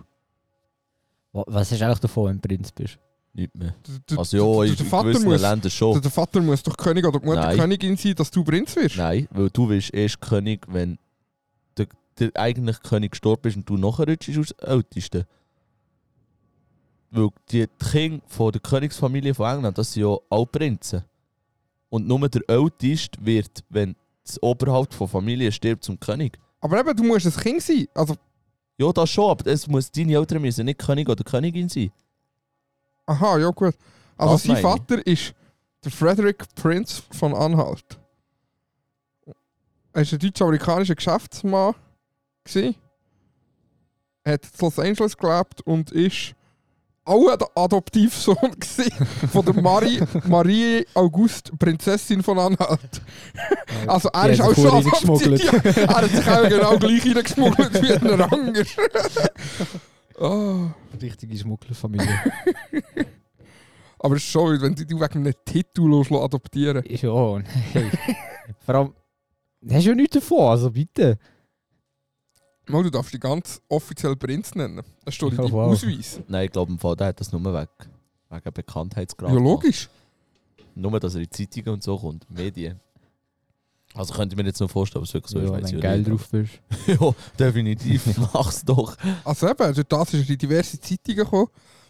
Speaker 6: Wa- Was hast du eigentlich davon, wenn du Prinz bist?
Speaker 2: Nicht mehr.
Speaker 1: Der- der-
Speaker 2: Also ja,
Speaker 1: der-
Speaker 2: in
Speaker 1: der Vater
Speaker 2: gewissen
Speaker 1: muss,
Speaker 2: Ländern schon.
Speaker 1: der- der Vater muss doch König oder die Mutter
Speaker 2: Nein.
Speaker 1: Königin sein, dass du Prinz wirst.
Speaker 2: Nein, weil du wirst erst König, wenn der, der eigentlich König gestorben ist und du nachher rutschst als Älteste. Weil die die Kinder von der Königsfamilie von England, das sind ja alle Prinzen. Und nur der Älteste wird, wenn das Oberhaupt von Familie stirbt, zum König.
Speaker 1: Aber eben, du musst ein Kind sein. Also,
Speaker 2: Ja, das schon, aber es muss deine Eltern müssen nicht König oder Königin sein.
Speaker 1: aha, ja gut. Also
Speaker 2: Das
Speaker 1: sein
Speaker 2: meine ich.
Speaker 1: Vater ist der Frederick Prinz von Anhalt. Er war ein deutsch-amerikanischer Geschäftsmann. Gewesen. Er hat in Los Angeles gelebt und ist auch ein Adoptivsohn gewesen von der Marie, Marie August, Prinzessin von Anhalt. Also er
Speaker 6: Die
Speaker 1: ist
Speaker 6: haben
Speaker 1: auch
Speaker 6: sich
Speaker 1: schon
Speaker 6: verdammt
Speaker 1: adoptiert.
Speaker 6: reingeschmuggelt.
Speaker 1: Ja, er hat sich auch genau gleich reingeschmuggelt wie ein Ranger. Ah,
Speaker 6: Richtige Schmugglerfamilie.
Speaker 1: Aber es ist schon wild, wenn du dich wegen einem Titel lässt adoptieren
Speaker 6: ja, nein. Vor allem, hast du ja nichts davon, also bitte.
Speaker 1: Mal, du darfst dich ganz offiziell Prinz nennen. Das steht in
Speaker 6: Ja,
Speaker 1: deinem
Speaker 6: wow.
Speaker 1: Ausweis.
Speaker 2: Nein, ich glaube, im Fall, der hat das nur weg. Wegen Bekanntheitsgrad.
Speaker 1: Ja, logisch.
Speaker 2: Nur, dass er in Zeitungen und so kommt, Medien. Also könnte ich mir jetzt noch vorstellen, ob es wirklich so
Speaker 6: ja,
Speaker 2: ist. weiss
Speaker 6: wenn du
Speaker 2: ich
Speaker 6: geil
Speaker 2: nicht.
Speaker 6: drauf bist.
Speaker 2: ja, definitiv. Mach's doch.
Speaker 1: Also eben, durch das ist er in diverse Zeitungen gekommen.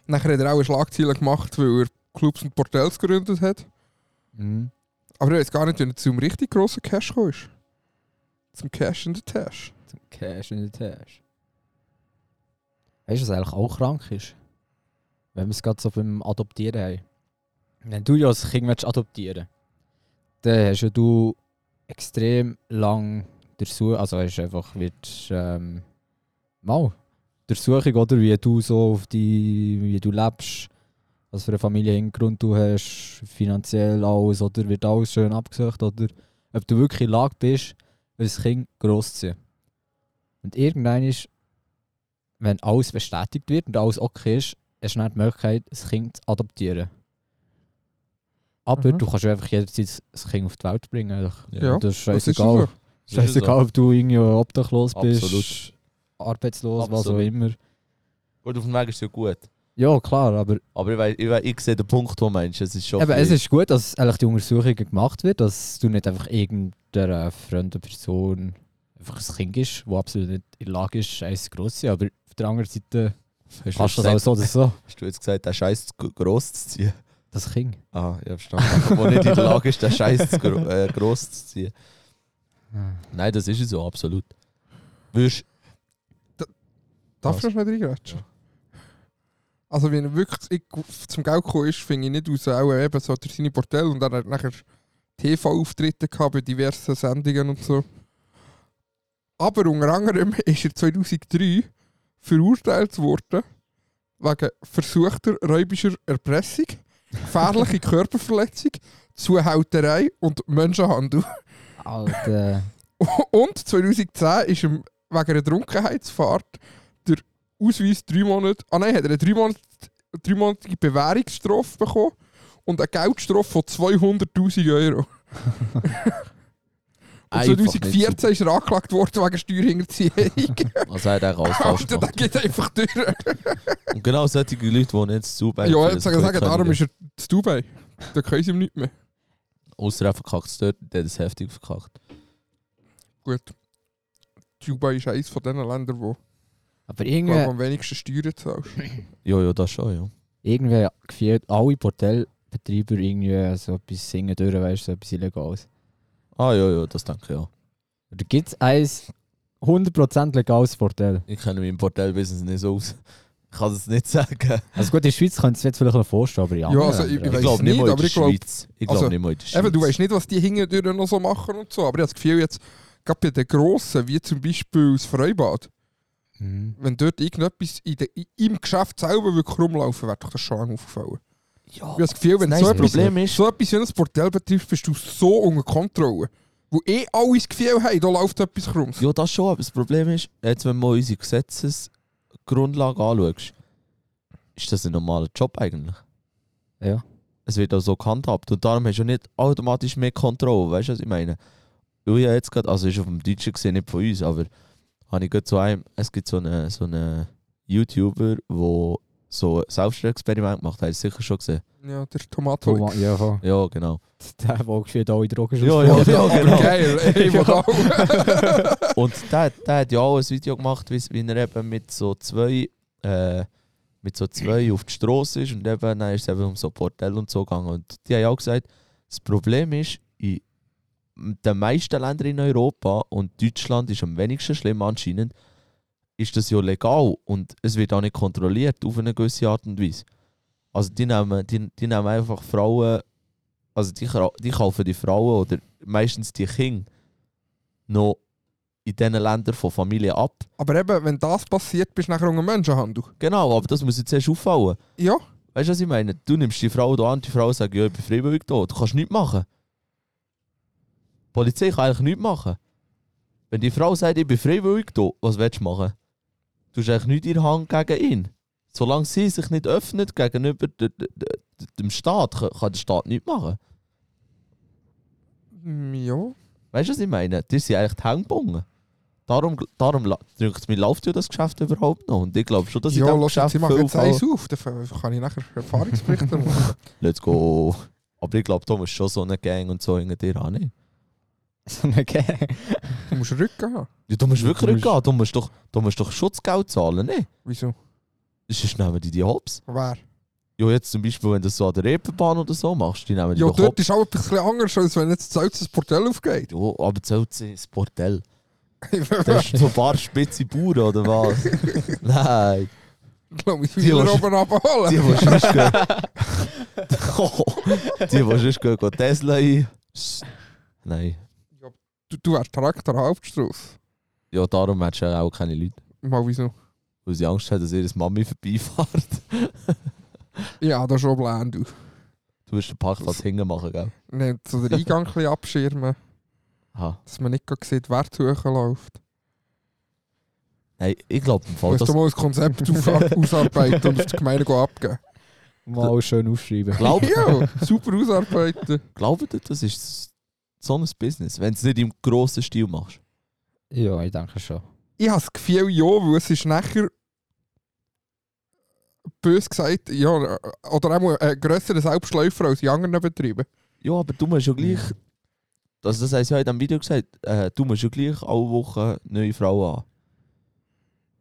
Speaker 1: Nachher hat er auch Schlagzeilen gemacht, weil er Clubs und Portels gegründet hat.
Speaker 6: Mhm.
Speaker 1: Aber ich weiß gar nicht, wenn er zum richtig grossen Cash gekommen ist. Zum Cash in the Tash.
Speaker 6: Cash in the Tash. Weißt du, was eigentlich auch krank ist? Wenn wir es gerade so beim Adoptieren haben. Wenn du ja als Kind willst adoptieren dann hast ja du extrem lang der Suche, also hast einfach wird ähm, mal der Suche, oder wie du so auf die, wie du lebst, was für einen Familienhintergrund du hast, finanziell alles, oder wird alles schön abgesucht, oder ob du wirklich in der Lage bist, ein Kind gross zu ziehen. Und irgendwann ist, wenn alles bestätigt wird und alles okay ist, hast du dann die Möglichkeit, das Kind zu adoptieren. Aber
Speaker 1: Mhm.
Speaker 6: du kannst ja einfach jederzeit das Kind auf die Welt bringen. eigentlich.
Speaker 1: Ja,
Speaker 6: Das ist
Speaker 1: das ist
Speaker 6: scheißegal.
Speaker 1: so.
Speaker 6: Scheißegal, ob du irgendwie obdachlos bist,
Speaker 2: Absolut.
Speaker 6: arbeitslos, was auch
Speaker 2: Absolut.
Speaker 6: immer.
Speaker 2: Gut, auf dem Weg ist es ja gut.
Speaker 6: Ja, klar, aber
Speaker 2: Aber ich, weiss, ich, weiss, ich sehe den Punkt, wo meinst. Es ist schon.
Speaker 6: eben,
Speaker 2: ein
Speaker 6: es
Speaker 2: bisschen-
Speaker 6: ist gut, dass eigentlich die Untersuchung gemacht wird, dass du nicht einfach irgendeiner fremden Person einfach ein Kind ist, wo absolut nicht in der Lage ist, scheiß gross zu sein. Aber auf der anderen Seite
Speaker 2: hast, du
Speaker 6: kannst du das auch
Speaker 2: gesagt,
Speaker 6: so oder so.
Speaker 2: hast du jetzt gesagt, der Scheiß zu gross zu ziehen?
Speaker 6: Das Kind.
Speaker 2: Ah, ich hab verstanden. wo nicht in der Lage ist, den Scheiß zu gro äh, gross zu ziehen. Nein, das ist es so, absolut. Würdest
Speaker 1: Darf ich noch nicht reingrätschen? Also, wenn er wirklich ich- zum Geld gekommen ist, finde ich nicht aus, auch eben so durch seine Portelle und dann hat er nachher TV-Auftritte gehabt bei diversen Sendungen und so. Aber unter anderem ist er 2003 verurteilt worden wegen versuchter räubischer Erpressung, gefährliche Körperverletzung, Zuhälterei und Menschenhandel.
Speaker 6: Alter.
Speaker 1: Und 2010 ist ihm wegen einer Trunkenheitsfahrt der Ausweis drei Monate. Ah nein, hat er eine drei Monat, dreimonatige Bewährungsstrafe bekommen und eine Geldstrafe von 200.000 Euro. Und
Speaker 2: Einfach nicht
Speaker 1: 2014 ist er angeklagt worden wegen Steuerhinterziehung.
Speaker 2: super. Also hat er alles falsch
Speaker 1: Alter, der
Speaker 2: gemacht.
Speaker 1: geht einfach durch.
Speaker 2: Und genau solche Leute, die jetzt zu Dubai
Speaker 1: ja,
Speaker 2: führen,
Speaker 1: jetzt sagen, sagen,
Speaker 2: können
Speaker 1: darum
Speaker 2: nicht.
Speaker 1: ist er zu Dubai. Da können sie ihm nicht mehr.
Speaker 2: Ausser er verkackt es dort, der hat es heftig verkackt.
Speaker 1: Gut. Dubai ist eines von den Ländern, wo
Speaker 6: Aber
Speaker 1: du
Speaker 6: irgendwie,
Speaker 1: am wenigsten Steuern zahlst.
Speaker 2: Ja, ja, das schon, ja.
Speaker 6: irgendwie gefühlt alle Portellbetreiber irgendwie so etwas singen durch, weißt du, so etwas Illegales.
Speaker 2: Ah, ja, ja, das denke ich auch.
Speaker 6: Da gibt es ein 100% legales Bordell.
Speaker 2: Ich kenne mich im Portal-Business nicht so aus. Ich kann es nicht sagen.
Speaker 6: Also gut, in der Schweiz könnte es jetzt vielleicht noch vorstellen, aber ja.
Speaker 1: Ja, also ich-
Speaker 2: Ich
Speaker 1: weiss
Speaker 2: glaube
Speaker 1: nicht,
Speaker 2: nicht, mal in
Speaker 1: aber
Speaker 2: der
Speaker 1: ich glaub-
Speaker 2: Schweiz. Ich glaube
Speaker 1: also,
Speaker 2: nicht mal in der Schweiz.
Speaker 1: Eben, du weißt nicht, was die hinterher noch so machen und so, aber ich habe das Gefühl, jetzt, gerade bei den Grossen, wie zum Beispiel das Freibad,
Speaker 2: Hm.
Speaker 6: Mhm.
Speaker 1: wenn dort irgendetwas in de, in- im Geschäft selber wirklich rumlaufen wäre doch das schon lange aufgefallen. Ich habe das Gefühl, wenn
Speaker 2: Nein,
Speaker 1: so
Speaker 2: das
Speaker 1: etwas,
Speaker 2: Problem ist-
Speaker 1: so etwas wie ein Portell betreibst, bist du so unter Kontrolle. Wo eh alle das Gefühl haben, da läuft etwas rum.
Speaker 2: Ja, das schon, aber das Problem ist, jetzt wenn du mal unsere Gesetzesgrundlage anschaust, ist das ein normaler Job eigentlich.
Speaker 6: Ja.
Speaker 2: Es wird auch so gehandhabt und darum hast du nicht automatisch mehr Kontrolle, weißt du, was ich meine? Weil ja jetzt gerade, also ist auf dem Deutschen gesehen, nicht von uns, aber habe ich gerade zu einem, es gibt so einen so einen YouTuber, der so ein Selbstexperiment macht, hast du sicher schon gesehen.
Speaker 1: Ja, der
Speaker 2: Oh,
Speaker 1: Tomato.
Speaker 6: Thomas, ja, voll.
Speaker 2: Ja, genau.
Speaker 6: der, der gefühlt alle Drogen schon
Speaker 2: Ja, ja,
Speaker 6: ausprobiert.
Speaker 2: ja, genau.
Speaker 1: Geil, ey,
Speaker 6: Ja.
Speaker 1: ja.
Speaker 2: Und der, der hat ja auch ein Video gemacht, wie, wie er eben mit so zwei äh, mit so zwei auf die Straße ist und eben, dann ist es eben um so Portell und so gegangen. Und die haben ja auch gesagt, das Problem ist, in den meisten Ländern in Europa und Deutschland ist am wenigsten schlimm anscheinend, ist das ja legal und es wird auch nicht kontrolliert auf eine gewisse Art und Weise. Also die nehmen, die, die nehmen einfach Frauen, also die, kra- die kaufen die Frauen oder meistens die Kinder noch in diesen Ländern von Familie ab.
Speaker 1: Aber eben, wenn das passiert, bist du nachher unter Menschenhandel.
Speaker 2: Genau, aber das muss jetzt erst auffallen.
Speaker 1: Ja,
Speaker 2: Weißt du, was ich meine? Du nimmst die Frau da an, die Frau sagt, ja, ich bin freiwillig da. Du kannst nichts machen. Die Polizei kann eigentlich nichts machen. Wenn die Frau sagt, ich bin freiwillig da, was willst du machen? Du hast eigentlich nicht ihre Hand gegen ihn. Solange sie sich nicht öffnet gegenüber d- d- d- dem Staat, kann- kann der Staat nichts machen.
Speaker 1: Hm, ja.
Speaker 2: Weißt du, was ich meine? Die sind eigentlich die Hängebungen. Darum, darum la- dünkt mich, läuft ja das Geschäft überhaupt noch. Und ich glaube schon, dass ich
Speaker 1: ja,
Speaker 2: das
Speaker 1: lass jetzt,
Speaker 2: Geschäft
Speaker 1: ich mache
Speaker 2: viel
Speaker 1: jetzt eins auf, dann kann ich nachher Erfahrungsberichte machen.
Speaker 2: Let's go. Aber ich glaube, da muss schon so eine Gang und so hinter dir an.
Speaker 6: So eine Gang.
Speaker 1: Du musst Rücken haben.
Speaker 2: Ja, du musst
Speaker 6: Du
Speaker 2: wirklich
Speaker 6: musst-
Speaker 2: rückgehen. Du musst doch, du musst doch Schutzgeld zahlen, ne?
Speaker 1: Wieso?
Speaker 2: Sonst nehmen die die Hops.
Speaker 1: Wer?
Speaker 2: Ja, jetzt zum Beispiel, wenn du das so an der Reeperbahn oder so machst, die nehmen die
Speaker 1: Ja,
Speaker 2: doch
Speaker 1: dort
Speaker 2: Hops.
Speaker 1: ist auch etwas bisschen anders, als wenn jetzt selbst das Portell aufgeht.
Speaker 2: Ja, aber zählt sie ins Portell.
Speaker 1: ich
Speaker 2: Das ist so ein paar spitze Bauern, oder was? Nein.
Speaker 1: glaube, ich
Speaker 2: Die
Speaker 1: will
Speaker 2: hast-
Speaker 1: oben abholen.
Speaker 2: Die, die sonst gehen... die, die sonst gehen, gehen Tesla ein. Nein.
Speaker 1: Du, du wärst Charakter Hauptstrasse.
Speaker 2: Ja, darum hättest du ja auch keine Leute.
Speaker 1: Mal wieso?
Speaker 2: Weil sie Angst haben, dass ihre Mami vorbeifährt.
Speaker 1: Ja, das ist schon blend. Du.
Speaker 2: Du wirst den Parkplatz hinten machen, gell?
Speaker 1: Nein, so den Eingang ein bisschen abschirmen,
Speaker 2: Aha.
Speaker 1: dass man nicht gerade sieht, wer zu euch
Speaker 2: Oh,
Speaker 1: läuft.
Speaker 2: Nein, ich glaube im Fall,
Speaker 1: Musst
Speaker 2: das
Speaker 1: du mal ein Konzept auf, ausarbeiten und auf die Gemeinde abgeben.
Speaker 6: Mal schön aufschreiben.
Speaker 2: glaub,
Speaker 1: Ja, super ausarbeiten.
Speaker 2: Glaubt ihr, das ist so ein Business, wenn du es nicht im grossen Stil machst?
Speaker 6: Ja, ich denke schon.
Speaker 1: Ich habe das Gefühl, ja, weil es ist nachher bös gesagt, ja, oder auch ein grösserer Selbstläufer als in anderen Betrieben.
Speaker 2: Ja, aber du musst ja
Speaker 1: Mhm.
Speaker 2: gleich. Also das heisst, ich habe in diesem Video gesagt, äh, du musst ja gleich alle Woche neue Frauen an.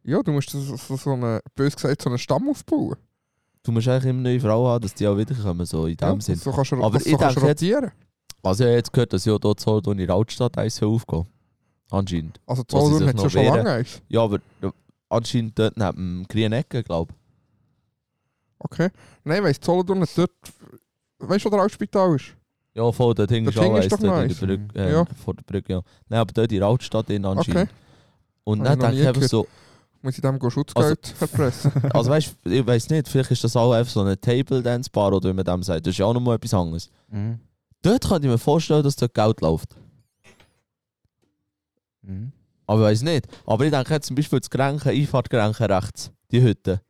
Speaker 1: Ja, du musst so, so, so einen, bös gesagt, so einen Stamm aufbauen.
Speaker 2: Du musst eigentlich immer neue Frauen haben, dass die auch wiederkommen, so in dem
Speaker 1: Ja,
Speaker 2: Sinn.
Speaker 1: so kannst du,
Speaker 2: Aber
Speaker 1: das,
Speaker 2: ich
Speaker 1: so kannst du
Speaker 2: denke jetzt-
Speaker 1: rotieren.
Speaker 2: Also ich habe jetzt gehört, dass ja dort so in der Altstadt eins soll aufgehen Anscheinend.
Speaker 1: Also die
Speaker 2: Was sie
Speaker 1: Zollern
Speaker 2: sich
Speaker 1: hat es ja
Speaker 2: noch
Speaker 1: schon
Speaker 2: wehren.
Speaker 1: lange eins.
Speaker 2: Ja, aber äh, anscheinend dort neben dem grünen Ecken, glaube ich.
Speaker 1: Okay. Nein, weißt du, Zollern hat dort... Weißt du, wo der Altspital ist?
Speaker 2: Ja, voll, dort hinten
Speaker 1: Dort
Speaker 2: ist auch
Speaker 1: hinten ist
Speaker 2: eins,
Speaker 1: doch
Speaker 2: dort in der
Speaker 1: nice.
Speaker 2: Brücke, äh,
Speaker 1: Ja.
Speaker 2: vor der Brücke, ja. Nein, aber dort in der Altstadt in anscheinend.
Speaker 1: Okay.
Speaker 2: Und
Speaker 1: Habe
Speaker 2: dann
Speaker 1: ich noch
Speaker 2: denke
Speaker 1: nie
Speaker 2: ich einfach
Speaker 1: gehört.
Speaker 2: so,
Speaker 1: Muss ich dem gehen Schutzgeld verpressen?
Speaker 2: Also weißt du, ich weiß nicht, vielleicht ist das auch einfach so eine Table Dance Bar oder wie man dem sagt. Das ist ja auch nochmal etwas anderes.
Speaker 6: Mhm.
Speaker 2: Dort könnte ich mir vorstellen, dass dort Geld läuft. Hm.
Speaker 6: Mhm.
Speaker 2: Aber ich weiß nicht. Aber ich denke jetzt zum Beispiel das Grenchen, Einfahrtgrenchen rechts, die Hütte.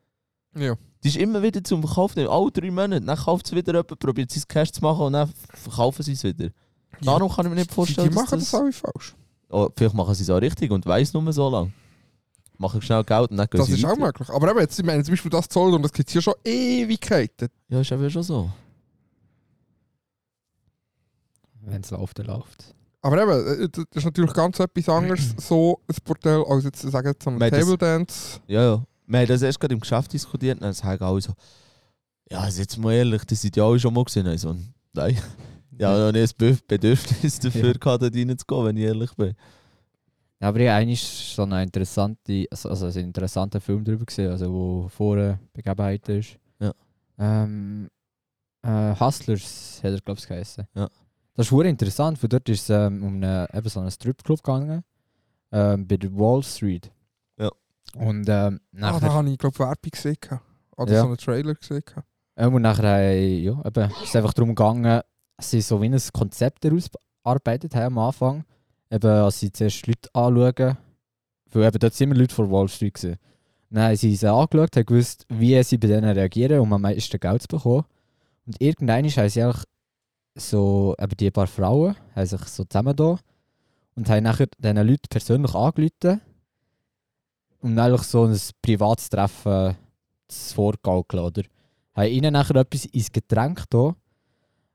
Speaker 1: ja.
Speaker 2: Die ist immer wieder zum Verkauf, nehmen, alle drei Monate. Dann kauft es wieder jemand, probiert sein Cash zu machen und dann verkaufen sie es wieder. Darum kann ich mir nicht vorstellen,
Speaker 1: Die machen
Speaker 2: dass
Speaker 1: das
Speaker 2: das...
Speaker 1: alle falsch.
Speaker 2: Oh, vielleicht machen sie es auch richtig und weiss nur so lange. Machen schnell Geld und dann gehen
Speaker 1: Das
Speaker 2: sie
Speaker 1: ist auch
Speaker 2: weiter.
Speaker 1: möglich. Aber eben, jetzt, ich meine, zum Beispiel das Zollern, das gibt es hier schon Ewigkeiten.
Speaker 2: Ja, ist eben schon so.
Speaker 6: Wenn es läuft, dann läuft
Speaker 1: Aber eben, äh, das ist natürlich ganz etwas anderes, so ein Portell, als jetzt, sagen jetzt, so ein
Speaker 2: Weil das-
Speaker 1: Table Dance.
Speaker 2: Ja, ja. Wir haben das erst gerade im Geschäft diskutiert und dann sagen alle so, ja, also jetzt mal ehrlich, das sind ja alle schon mal gesehen. Also, nein. Ja, ich habe noch nie das Bedürf- Bedürfnis dafür
Speaker 6: Ja.
Speaker 2: gehabt, da reinzugehen, wenn ich ehrlich bin.
Speaker 6: Ja, aber ich habe einmal so einen interessanten, also also einen interessanten Film darüber gesehen, also wo vorher Begebenheit ist.
Speaker 2: Ja.
Speaker 6: Ähm, äh, Hustlers hat er, glaube ich, geheißen.
Speaker 2: Ja.
Speaker 6: Das ist sehr interessant, weil dort ist es ähm, um einen, eben so einen Stripclub gegangen, ähm, bei der Wall Street.
Speaker 2: Ja.
Speaker 6: Und ähm,
Speaker 1: Ah,
Speaker 6: nachher,
Speaker 1: da habe ich, glaube Werbung gesehen. gehabt. Oder
Speaker 6: Ja.
Speaker 1: so einen Trailer gesehen. gehabt.
Speaker 6: ähm, und nachher haben- ja, eben, ist es einfach darum gegangen, dass sie so wie ein Konzept herausgearbeitet haben am Anfang. Eben, als sie zuerst Leute anschauen, weil eben dort sind immer Leute von Wall Street gewesen. Dann haben sie sie angeschaut, haben gewusst, wie sie bei denen reagieren, um am meisten Geld zu bekommen. Und irgendwann haben sie einfach so, eben die paar Frauen, haben sich so zusammengetan und haben nachher diesen Leuten persönlich angerufen und eigentlich so ein privates Treffen zu vorgaukeln, oder? Haben ihnen nachher etwas ins Getränk da,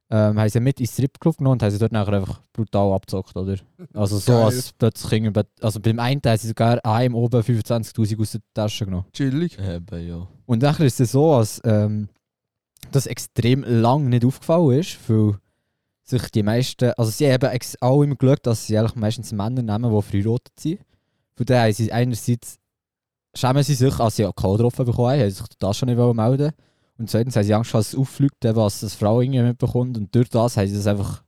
Speaker 6: ähm, haben sie mit ins Stripclub genommen und haben sie dort nachher einfach brutal abgezockt, oder? Also so,
Speaker 1: Geil.
Speaker 6: als plötzlich irgendwie, also beim einen haben sie sogar an einem oben 25'000 aus der Tasche genommen.
Speaker 1: Chillig.
Speaker 2: Eben, ja.
Speaker 6: Und nachher ist es so, als ähm, das extrem lang nicht aufgefallen ist, weil sich die meisten, also sie haben ex auch immer geschaut, dass sie eigentlich meistens Männer nehmen, die verheiratet sind. Von daher haben sie einerseits schämen sie sich, als sie auch Code offen bekommen haben, haben sich das schon nicht wollen melden Und zweitens haben sie Angst, dass es auffliegt, eben, dass das Frau irgendwie mitbekommt. Und durch das haben sie das einfach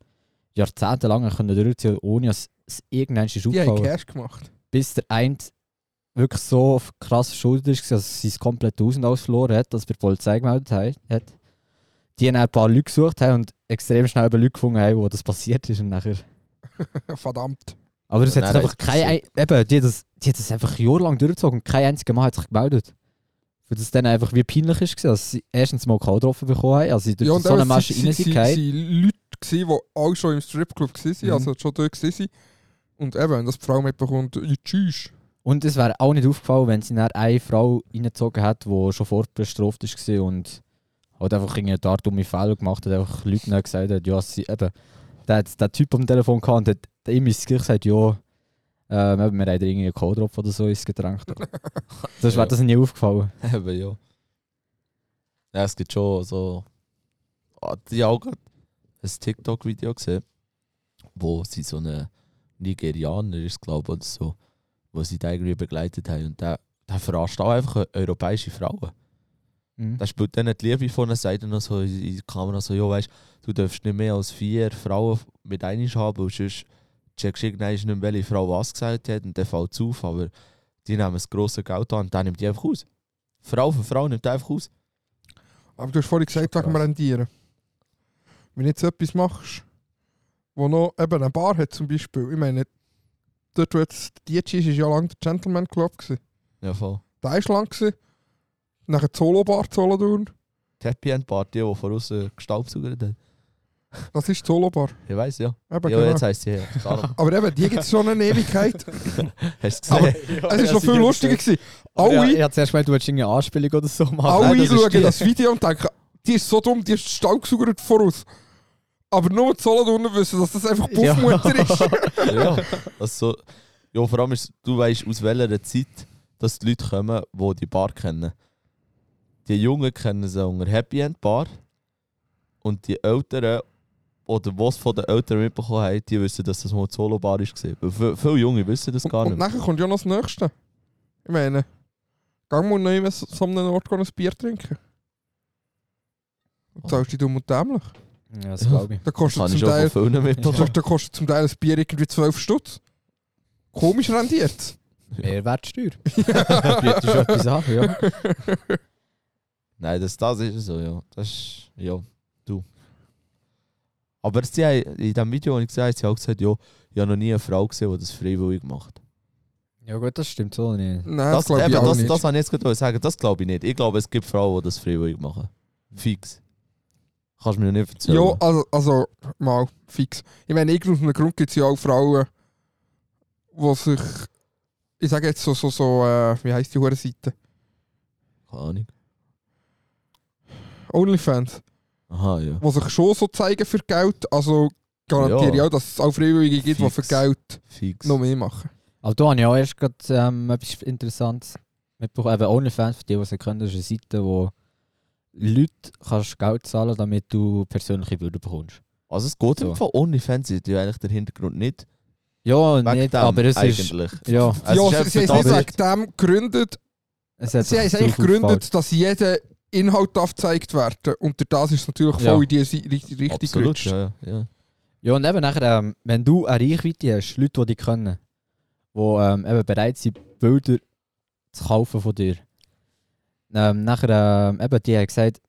Speaker 6: jahrzehntelang können durchziehen, ohne dass es irgendwann ist
Speaker 1: Die haben
Speaker 6: aufgefallen
Speaker 1: Cash gemacht.
Speaker 6: bis der eine wirklich so f- krass verschuldet ist, dass er sein komplettes Haus und alles verloren hat, dass er die Polizei gemeldet ha- hat. Die haben dann ein paar Leute gesucht haben und extrem schnell über Leute gefunden haben, wo das passiert ist. Und nachher.
Speaker 1: Verdammt.
Speaker 6: Aber es
Speaker 2: Ja,
Speaker 6: hat sich
Speaker 2: nein,
Speaker 6: einfach
Speaker 2: das
Speaker 6: kein. Ein, eben, die hat, das, die hat das einfach jahrelang durchgezogen und kein einziger Mann hat sich gemeldet. Weil das dann einfach wie peinlich ist, dass sie erstens mal Code offen bekommen haben, also sie durch so
Speaker 1: eben,
Speaker 6: eine
Speaker 1: es
Speaker 6: Masche
Speaker 1: sind-
Speaker 6: rein
Speaker 1: sind-
Speaker 6: sind. gefallen.
Speaker 1: sind Leute, gewesen, die auch schon im Stripclub waren,
Speaker 6: Mhm.
Speaker 1: also schon dort waren. Und eben, wenn das die Frau mitbekommt, ja, tschüss.
Speaker 6: Und es wäre auch nicht aufgefallen, wenn sie dann eine Frau reingezogen hat, die schon vorbestraft war und hat einfach irgendeine Art dumme Fehler gemacht hat, einfach Leuten dann gesagt hat, ja, sie eben, der hat den Typ am Telefon gehabt und hat der ihm ins Gesicht gesagt, ja, ähm, eben, wir haben da irgendeinen Codrop oder so ins Getränk da. Sonst
Speaker 2: Ja.
Speaker 6: wäre das nie aufgefallen.
Speaker 2: Eben, ja. ja. Es gibt schon so. Ah, Die Augen ein TikTok-Video gesehen, wo sie so einen Nigerianer ist, glaube ich, oder so, wo sie da irgendwie begleitet haben. Und der, der verarscht auch einfach europäische Frauen.
Speaker 6: Mhm.
Speaker 2: Der spielt dann die Liebe von der Seite noch so in in die Kamera, so, ja, weißt du, darfst nicht mehr als vier Frauen mit einisch haben, weil sonst checkst du irgendwann nicht mehr, welche Frau was gesagt hat und dann fällt es auf, aber die nehmen das grosse Geld an und dann nimmt die einfach aus. Frau für Frau nimmt die einfach aus.
Speaker 1: Aber du hast vorhin gesagt, wegen dem Rendieren. Wenn du jetzt etwas machst, wo noch eben eine Bar hat zum Beispiel, ich meine, dort wo jetzt die DJ ist, ist ja lange der Gentleman Club gewesen.
Speaker 2: Ja, voll.
Speaker 1: Der ist lang gewesen. Nachher die Solo-Bar zu Solothurn.
Speaker 2: Die Happy End Party, die von außen gestaubsaugert hat.
Speaker 1: Das ist die Solo-Bar.
Speaker 2: Ich weiß ja.
Speaker 1: Eben,
Speaker 2: ja,
Speaker 1: genau.
Speaker 2: jetzt heisst sie her. Darum
Speaker 1: Aber eben, die gibt es schon eine Ewigkeit.
Speaker 2: hast du es gesehen.
Speaker 1: es ist noch viel lustiger gewesen. Alle,
Speaker 6: Ja, ich hatte zuerst gemeint, du willst irgendeine Anspielung oder so machen.
Speaker 1: alle
Speaker 2: nein, das ist
Speaker 1: schauen
Speaker 2: die.
Speaker 1: das Video und denken, die ist so dumm, die ist staubgesaugert voraus. Aber nur die Solothurner wissen, dass das einfach
Speaker 6: Ja.
Speaker 1: Puffmutter ist.
Speaker 2: ja, also, ja, vor allem ist, du weißt aus welcher Zeit, dass die Leute kommen, die die Bar kennen. Die Jungen kennen sie unter Happy End Bar und die Älteren oder was von den Eltern mitbekommen haben, die wissen, dass das mal die Solo Bar ist gewesen. Weil vi- Viele Junge wissen das
Speaker 1: Und,
Speaker 2: gar
Speaker 1: und
Speaker 2: nicht.
Speaker 1: nachher kommt ja noch das Nächste. Ich meine, gang mal neu so so einem Ort gehen, ein Bier trinken. Und zahlst dich dumm und dämlich.
Speaker 6: Ja, das glaube ich.
Speaker 1: Da
Speaker 2: Das
Speaker 1: kostet
Speaker 2: habe Oh. ich
Speaker 1: zum
Speaker 2: schon
Speaker 1: Teil,
Speaker 2: von vielen
Speaker 1: da,
Speaker 2: mitbekommen.
Speaker 1: da kostet zum Teil ein Bier irgendwie 12 Stutz. Komisch rendiert.
Speaker 6: Mehrwertsteuer. Bietet schon etwas an, ja.
Speaker 2: Nein, das, das ist so, ja. Das ist, ja, du. Aber sie haben, in dem Video, das ich gesehen habe, sie haben auch gesagt, ja, ich habe noch nie eine Frau gesehen, die das freiwillig macht.
Speaker 6: Ja gut, das stimmt so nicht.
Speaker 1: Nein, das,
Speaker 2: Das,
Speaker 1: glaube
Speaker 2: eben,
Speaker 1: ich auch
Speaker 2: das,
Speaker 1: nicht.
Speaker 2: das habe ich jetzt gerade wollen sagen, das glaube ich nicht. Ich glaube, es gibt Frauen, die das freiwillig machen. Fix. Kannst du mir nicht erzählen.
Speaker 1: ja, also, also mal fix. Ich meine, irgendeinen Grund gibt es ja auch Frauen, die sich, ich sage jetzt so, so, so äh, wie heisst die Hurenseite?
Speaker 2: Keine Ahnung.
Speaker 1: Onlyfans.
Speaker 2: Aha, ja.
Speaker 1: die sich schon so zeigen für Geld. Also garantiere
Speaker 2: Ja.
Speaker 1: ich auch, dass es auch Freiwillige gibt, die für
Speaker 2: Fix.
Speaker 1: Geld
Speaker 2: Fix.
Speaker 1: noch mehr machen.
Speaker 6: Aber da habe ich auch erst gerade ähm, etwas Interessantes mitbekommen. Eben OnlyFans, für die, die es nicht können, das ist eine Seite, wo Leute kannst Geld zahlen damit du persönliche Bilder bekommst.
Speaker 2: Also es geht
Speaker 6: So.
Speaker 2: im Fall ohne Fans, die eigentlich den Hintergrund nicht.
Speaker 6: Ja,
Speaker 2: Wegen
Speaker 6: nicht,
Speaker 2: dem
Speaker 6: aber es ist.
Speaker 2: eigentlich. Also,
Speaker 6: Ja,
Speaker 2: Es
Speaker 1: ja,
Speaker 2: ist
Speaker 1: sie,
Speaker 2: einfach
Speaker 1: sie haben
Speaker 2: das-
Speaker 1: es nicht wegen dem gegründet.
Speaker 6: es hat
Speaker 1: Sie haben
Speaker 6: sich
Speaker 1: es eigentlich
Speaker 6: drauf aufgebaut.
Speaker 1: gegründet, dass jeder Inhalt darf gezeigt werden Und durch das ist es natürlich voll
Speaker 6: Ja.
Speaker 1: in die Si- Richtung richtig
Speaker 2: Absolut,
Speaker 1: gerutscht.
Speaker 2: ja, ja, ja.
Speaker 6: Ja, und eben nachher, ähm, wenn du eine Reichweite hast, Leute, die dich kennen, die ähm, eben bereit sind, Bilder zu kaufen von dir. Ähm, nachher, ähm, eben, die haben gesagt,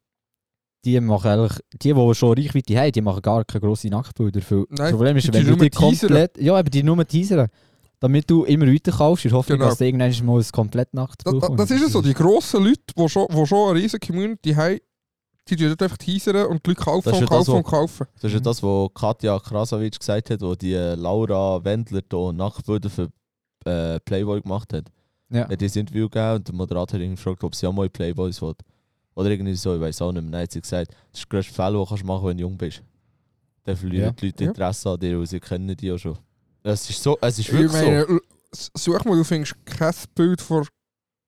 Speaker 6: die machen eigentlich, die, die schon Reichweite haben, die machen gar keine grossen Nacktbilder. Weil
Speaker 1: Nein,
Speaker 6: das Problem ist,
Speaker 1: die
Speaker 6: wenn du
Speaker 1: nur
Speaker 6: die
Speaker 1: teasern.
Speaker 6: komplett, ja, eben, die nur teasern, damit du immer weiter kaufst, in der Hoffnung,
Speaker 1: Genau.
Speaker 6: dass du irgendwann mal ein komplett
Speaker 1: Das,
Speaker 6: Nacktbild
Speaker 1: das, das ist ja so, die grossen Leute, die schon, die schon eine riesige Community haben, die tun dort einfach teasern und die Leute kaufen
Speaker 2: Das ist
Speaker 1: und
Speaker 2: ja
Speaker 1: kaufen
Speaker 2: das, was-
Speaker 1: und kaufen.
Speaker 2: Das ist ja das, was Katja Krasavic gesagt hat, wo die äh, Laura Wendler hier Nachtbilder für äh, Playboy gemacht hat.
Speaker 6: Ja.
Speaker 2: Hat dieses Interview gegeben und der Moderator hat ihn gefragt, ob sie auch mal in Playboys will. Oder irgendwie so, ich weiß auch nicht mehr. Nein, hat sie gesagt, das ist der grösste Fehler, den kannst du machen, wenn du jung bist. Dann verlieren
Speaker 6: Ja.
Speaker 2: die Leute
Speaker 1: Ja.
Speaker 2: Interesse an dir, weil sie kennen dich ja schon. Es ist so, es ist
Speaker 1: Ich
Speaker 2: wirklich
Speaker 1: meine,
Speaker 2: so.
Speaker 1: l- s- such mal, du findest kein Bild von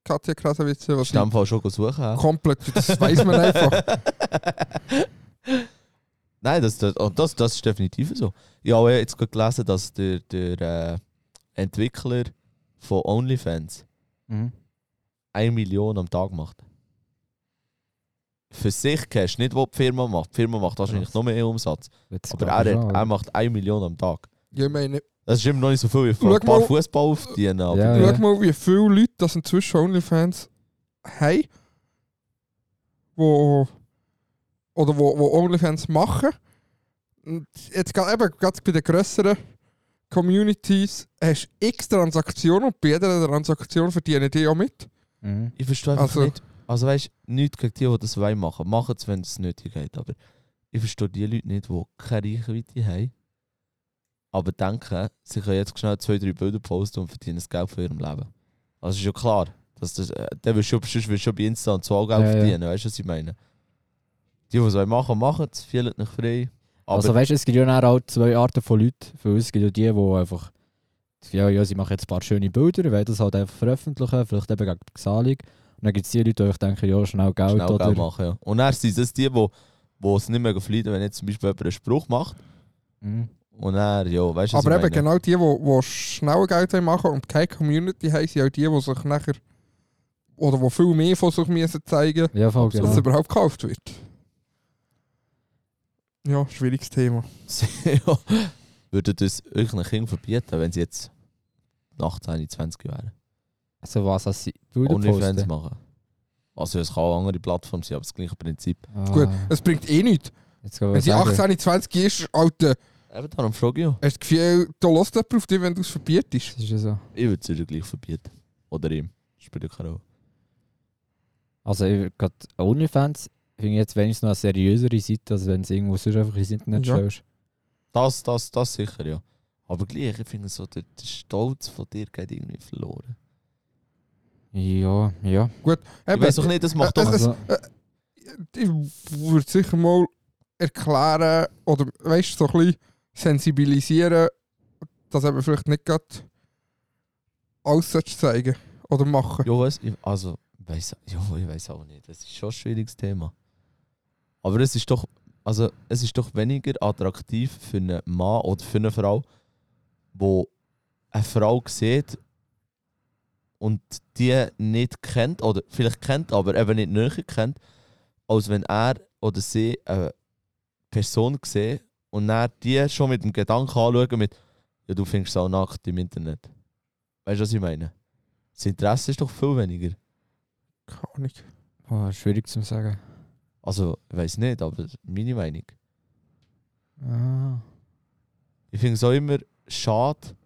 Speaker 1: Katja Krasavice, was
Speaker 2: Ich in
Speaker 1: sie
Speaker 2: dem Fall schon suchen. hä?
Speaker 1: komplett, das weiß man einfach.
Speaker 2: Nein, das, das, und das, das ist definitiv so. Ich habe jetzt gerade gelesen, dass der, der äh, Entwickler von OnlyFans
Speaker 6: Mhm.
Speaker 2: 1 Million am Tag macht. Für sich Cash, nicht was die Firma macht. Die Firma macht wahrscheinlich
Speaker 6: Krass.
Speaker 2: noch mehr Umsatz.
Speaker 6: Jetzt
Speaker 2: Aber
Speaker 6: glaub ich
Speaker 2: er,
Speaker 6: schon,
Speaker 2: hat, er macht 1 Million am Tag.
Speaker 1: Ich meine,
Speaker 2: Das ist immer noch nicht so viel, wie
Speaker 1: Schau
Speaker 2: vor ein paar
Speaker 1: mal.
Speaker 2: Fußball aufdienen. Aber
Speaker 6: Ja,
Speaker 2: ja,
Speaker 1: schau
Speaker 6: ja.
Speaker 1: mal, wie viele Leute das inzwischen OnlyFans haben, wo, oder wo, wo OnlyFans machen. Und jetzt gerade eben gerade bei den grösseren Communities hast du x Transaktionen und bei jeder Transaktion verdienen die auch mit.
Speaker 6: Mhm.
Speaker 2: Ich verstehe einfach
Speaker 1: Also-
Speaker 2: nicht. Also weißt du, nichts gegen die, die das wollen machen. Machen es, wenn es nötig geht. Aber ich verstehe die Leute nicht, die keine Reichweite haben, aber denken, sie können jetzt schnell zwei, drei Bilder posten und verdienen das Geld für ihrem Leben. Also ist ja klar. Dass das, äh, der will schon, sonst willst du schon bei Insta und so auch Geld
Speaker 6: Ja, ja.
Speaker 2: verdienen. Weißt du, was ich meine? Die, die es wollen machen, machen es. Viele nicht frei. Aber
Speaker 6: also weißt du, es gibt ja dann auch zwei Arten von Leuten. Für uns gibt ja die, die einfach, ja, ja, sie machen jetzt ein paar schöne Bilder, wollen das halt einfach veröffentlichen, vielleicht eben gegen die Bezahlung. Und dann gibt es die Leute, die ich denke, ja, schnell Geld
Speaker 2: schnell
Speaker 6: oder...
Speaker 2: Geld machen. Ja. Und dann sind es die, die, die es nicht mehr fliehen, wenn jetzt zum Beispiel jemand einen Spruch macht.
Speaker 6: Mhm.
Speaker 2: Und dann, ja, weißt du, was
Speaker 1: Aber
Speaker 2: ich
Speaker 1: eben genau
Speaker 2: meine?
Speaker 1: die, die, die schnell Geld wollen machen und keine Community haben, sind auch die, die sich nachher oder die viel mehr von sich müssen zeigen müssen,
Speaker 6: Ja, voll
Speaker 1: dass es
Speaker 6: genau.
Speaker 1: überhaupt gekauft wird. Ja, schwieriges Thema.
Speaker 2: ja, würde das irgendein Kind verbieten, wenn sie jetzt 18, 20 wären.
Speaker 6: Also was, als sie Bilder
Speaker 2: OnlyFans
Speaker 6: posten?
Speaker 2: machen. Also es kann auch andere Plattform sein, aber das gleiche Prinzip.
Speaker 6: Ah,
Speaker 1: Gut, es bringt eh nichts.
Speaker 6: jetzt kann
Speaker 1: Wenn
Speaker 6: ich
Speaker 1: sie
Speaker 6: sagen.
Speaker 1: 18, 20 ist, Alter,
Speaker 2: Eben darum frage ich ja.
Speaker 1: hast du das Gefühl, da lässt jemand auf dich, wenn du es verbietest?
Speaker 6: Das ist ja so.
Speaker 2: Ich würde es ihr gleich verbieten. Oder ihm. Spielt ja keine Rolle.
Speaker 6: Also ich- gerade OnlyFans finde ich jetzt wenigstens noch eine seriösere Seite, als wenn es irgendwo sonst einfach ins Internet
Speaker 1: Ja.
Speaker 6: stellst.
Speaker 2: Das, das, das sicher, ja. Aber gleich, ich finde so, der, der Stolz von dir geht irgendwie verloren.
Speaker 6: Ja, ja.
Speaker 2: Ich weiß auch nicht, das macht
Speaker 1: äh,
Speaker 2: doch...
Speaker 1: äh,
Speaker 6: Also,
Speaker 1: ich würde sicher mal erklären oder weißt so ein bisschen sensibilisieren, dass eben vielleicht nicht gerade alles sollst zeigen oder machen.
Speaker 2: Ja, weiss, ich, also, weiss, ja, ich weiß auch nicht. Das ist schon ein schwieriges Thema. Aber es ist doch, also, es ist doch weniger attraktiv für einen Mann oder für eine Frau, wo eine Frau sieht und die nicht kennt, oder vielleicht kennt, aber eben nicht näher kennt, als wenn er oder sie eine Person sieht und dann die schon mit dem Gedanken anschauen mit «Ja, du findest es auch nackt im Internet.» Weißt du, was ich meine? Das Interesse ist doch viel weniger.
Speaker 1: Keine Ahnung.
Speaker 6: oh, schwierig zu sagen.
Speaker 2: Also, ich weiß nicht, aber meine Meinung.
Speaker 6: Ah.
Speaker 2: Ich finde es auch immer schade,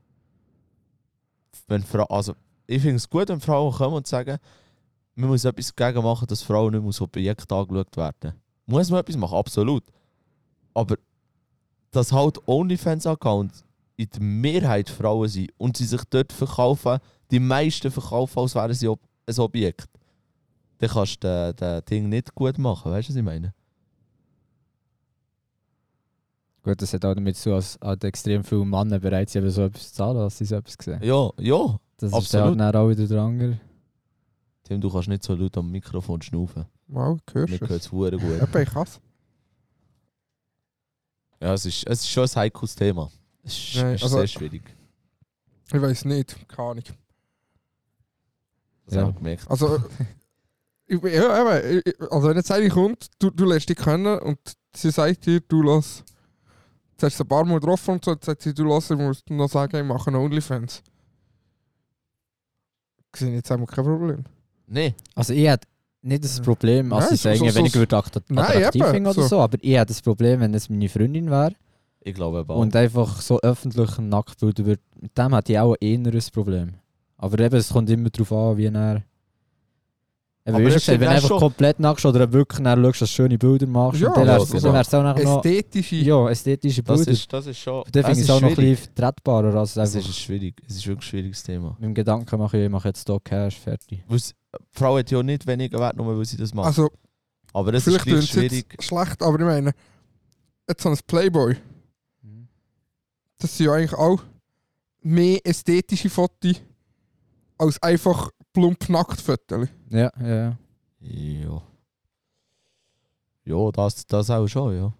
Speaker 2: wenn Frauen. Also, ich finde es gut, wenn Frauen kommen und sagen, man muss etwas dagegen machen, dass Frauen nicht mehr als Objekt angeschaut werden. Muss man etwas machen, absolut. Aber dass halt OnlyFans-Accounts in der Mehrheit Frauen sind und sie sich dort verkaufen, die meisten verkaufen, als wären sie ob ein Objekt. Dann kannst du das Ding nicht gut machen, weißt du, was ich meine?
Speaker 6: Gut, das hat auch damit zu, als halt extrem viele Männer bereits eben so etwas zahlen, dass sie so etwas sehen.
Speaker 2: Ja, ja.
Speaker 6: Das
Speaker 2: absolut.
Speaker 6: ist dann halt auch wieder der andere.
Speaker 2: Tim, du kannst nicht so laut am Mikrofon schnaufen.
Speaker 1: Wow,
Speaker 2: Mir
Speaker 1: hörst du
Speaker 2: gehört
Speaker 1: es?
Speaker 2: es gut.
Speaker 1: Eben, ich hasse
Speaker 2: Ja, es ist, es ist schon ein heikles Thema. Es ist,
Speaker 1: Nein,
Speaker 2: es ist
Speaker 1: also-
Speaker 2: sehr schwierig.
Speaker 1: Ich weiß nicht, keine Ahnung.
Speaker 2: Das
Speaker 6: Ja.
Speaker 2: habe ich gemerkt.
Speaker 1: Also, ich, ja, eben, ich- also wenn jetzt eine kommt, du, du lässt dich kennen und sie sagt dir, du lass. Jetzt hast du sie ein paar Mal getroffen und so, jetzt sagt sie, du lass, ich muss noch sagen, ich mache noch Onlyfans. Sehe ich jetzt einmal kein Problem.
Speaker 2: Nein.
Speaker 6: Also ich hätte nicht das Problem, als
Speaker 1: Nein,
Speaker 6: ich
Speaker 1: so-
Speaker 6: sagen,
Speaker 1: so- so-
Speaker 6: wenn ich würde attra-
Speaker 1: Nein,
Speaker 6: attraktiv
Speaker 1: eben,
Speaker 6: finde oder
Speaker 1: so.
Speaker 6: so. aber ich hätte das Problem, wenn es meine Freundin wäre
Speaker 2: Ich glaube aber.
Speaker 6: und äh, einfach so öffentlich ein Nacktbild über... Mit dem hätte ich auch ein inneres Problem. Aber eben, es kommt immer darauf an, wie er... Eben,
Speaker 2: Aber
Speaker 6: wie
Speaker 2: das
Speaker 6: schon gesagt, wenn
Speaker 2: ist
Speaker 6: du
Speaker 2: ja
Speaker 6: einfach
Speaker 2: schon-
Speaker 6: komplett nackt oder dann wirklich dann schaust, dass du schöne Bilder machst,
Speaker 1: Ja,
Speaker 6: und dann
Speaker 2: ja,
Speaker 6: wär's-
Speaker 2: genau.
Speaker 6: dann wäre es auch nachher noch...
Speaker 1: Ästhetische.
Speaker 6: Ja, ästhetische
Speaker 2: das,
Speaker 6: Bilder.
Speaker 2: ist, das ist schon.
Speaker 6: Dann finde ich
Speaker 2: das
Speaker 6: es
Speaker 2: ist
Speaker 6: auch noch ein
Speaker 2: schwierig.
Speaker 6: bisschen vertretbarer, als
Speaker 2: Es
Speaker 6: einfach
Speaker 2: ist, schwierig. es ist wirklich ein schwieriges Thema.
Speaker 6: mit dem Gedanken mache, ich ich mache jetzt hier Cash, fertig.
Speaker 2: Weil es- die Frau hat ja nicht weniger Wert, nur weil sie das macht.
Speaker 1: Also,
Speaker 2: aber es ist
Speaker 1: vielleicht
Speaker 2: gleich
Speaker 1: ist es
Speaker 2: schwierig.
Speaker 1: jetzt schlecht, aber ich meine, jetzt so ein Playboy,
Speaker 6: Mhm.
Speaker 1: das sind ja eigentlich auch mehr ästhetische Fotos als einfach plump nackt Fotos.
Speaker 6: Ja, ja, ja.
Speaker 2: Ja. Ja, das, das auch schon, ja.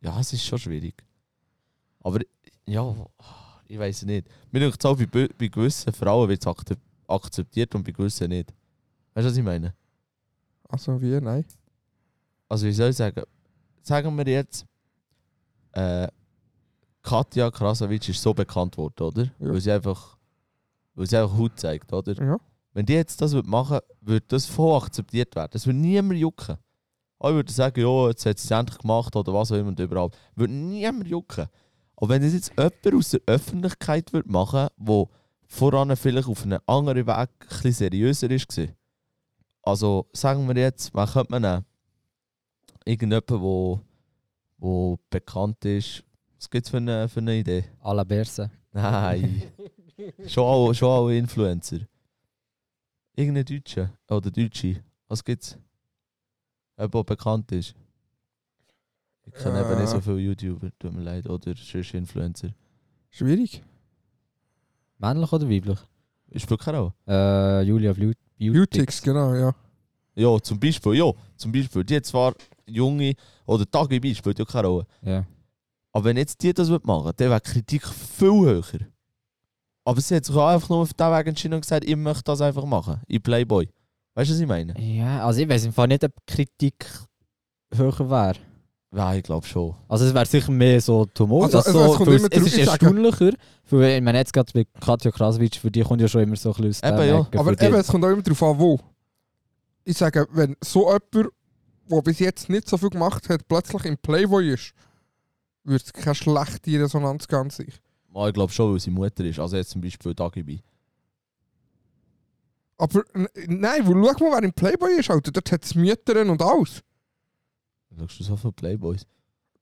Speaker 2: Ja, es ist schon schwierig. Aber ja, ich weiß nicht. Mir denkt auch, bei, bö- bei gewissen Frauen wird es akzeptiert und bei gewissen nicht. Weißt du, was ich meine?
Speaker 1: Also, wie? Nein.
Speaker 2: Also, wie soll ich sagen? Sagen wir jetzt, äh, Katja Krasavic ist so bekannt worden, oder? Weil sie einfach, weil sie einfach Haut zeigt, oder?
Speaker 1: Ja.
Speaker 2: Wenn die jetzt das würd machen würde das voll akzeptiert werden. Das würde niemand jucken. Auch ich würde sagen, ja, jetzt hat sie es endlich gemacht oder was auch immer und überhaupt. Würde niemand jucken. Aber wenn das jetzt jemand aus der Öffentlichkeit würde machen würde, der voran vielleicht auf einem anderen Weg ein bisschen seriöser war. Also sagen wir jetzt, man könnte man nehmen? Irgendjemand, wo, wo bekannt ist. Was gibt es für eine, für eine Idee?
Speaker 6: À la Berse.
Speaker 2: Nein. schon, auch, schon auch Influencer. Irgendein Deutscher oder Deutsche. Was gibt's? Jemand, der bekannt ist. Ich kenne eben nicht so
Speaker 1: Äh.
Speaker 2: viele YouTuber, tut mir leid. Oder sonst Influencer.
Speaker 1: Schwierig.
Speaker 6: Männlich oder weiblich?
Speaker 2: Ich spiele keine Rolle.
Speaker 6: Äh, Julia Blut-
Speaker 1: Beautics,
Speaker 6: Beautix.
Speaker 1: genau, ja.
Speaker 2: Ja, zum Beispiel, ja, zum Beispiel. Die zwar junge oder Tage bei, spielt ja keine Rolle.
Speaker 6: Ja.
Speaker 2: Aber wenn jetzt die das machen würden, dann wäre die Kritik viel höher. Aber sie hat sich auch einfach nur auf diesen Weg entschieden und gesagt, ich möchte das einfach machen. In Playboy. Weißt du, was ich meine?
Speaker 6: ja, also ich weiß im Fall nicht, ob die Kritik höher wäre.
Speaker 2: Ja, ich glaube schon.
Speaker 6: Also es wäre sicher mehr so Tumor.
Speaker 1: Also,
Speaker 6: Also,
Speaker 1: also, es
Speaker 6: so,
Speaker 1: kommt
Speaker 6: weil
Speaker 1: immer
Speaker 6: es,
Speaker 1: drauf-
Speaker 6: es ist
Speaker 1: ich sage-
Speaker 6: erstaunlicher, weil ich meine jetzt gerade bei Katja Krasowitsch, für die kommt ja schon immer so ein bisschen aus
Speaker 2: Eben,
Speaker 6: dem
Speaker 2: ja.
Speaker 6: Ecken,
Speaker 1: Aber
Speaker 6: für die-
Speaker 1: eben, es kommt auch immer darauf an, wo. Ich sage, wenn so jemand, der bis jetzt nicht so viel gemacht hat, plötzlich im Playboy ist, würde es keine schlechte Resonanz ganz sich.
Speaker 2: Ja, ich glaube schon, weil sie Mutter ist. Also jetzt zum Beispiel Dagibi.
Speaker 1: Aber n- nein, weil schau mal, wer im Playboy ist, Alter. Dort hat es Mütteren und alles.
Speaker 2: Schaust du so viele Playboys?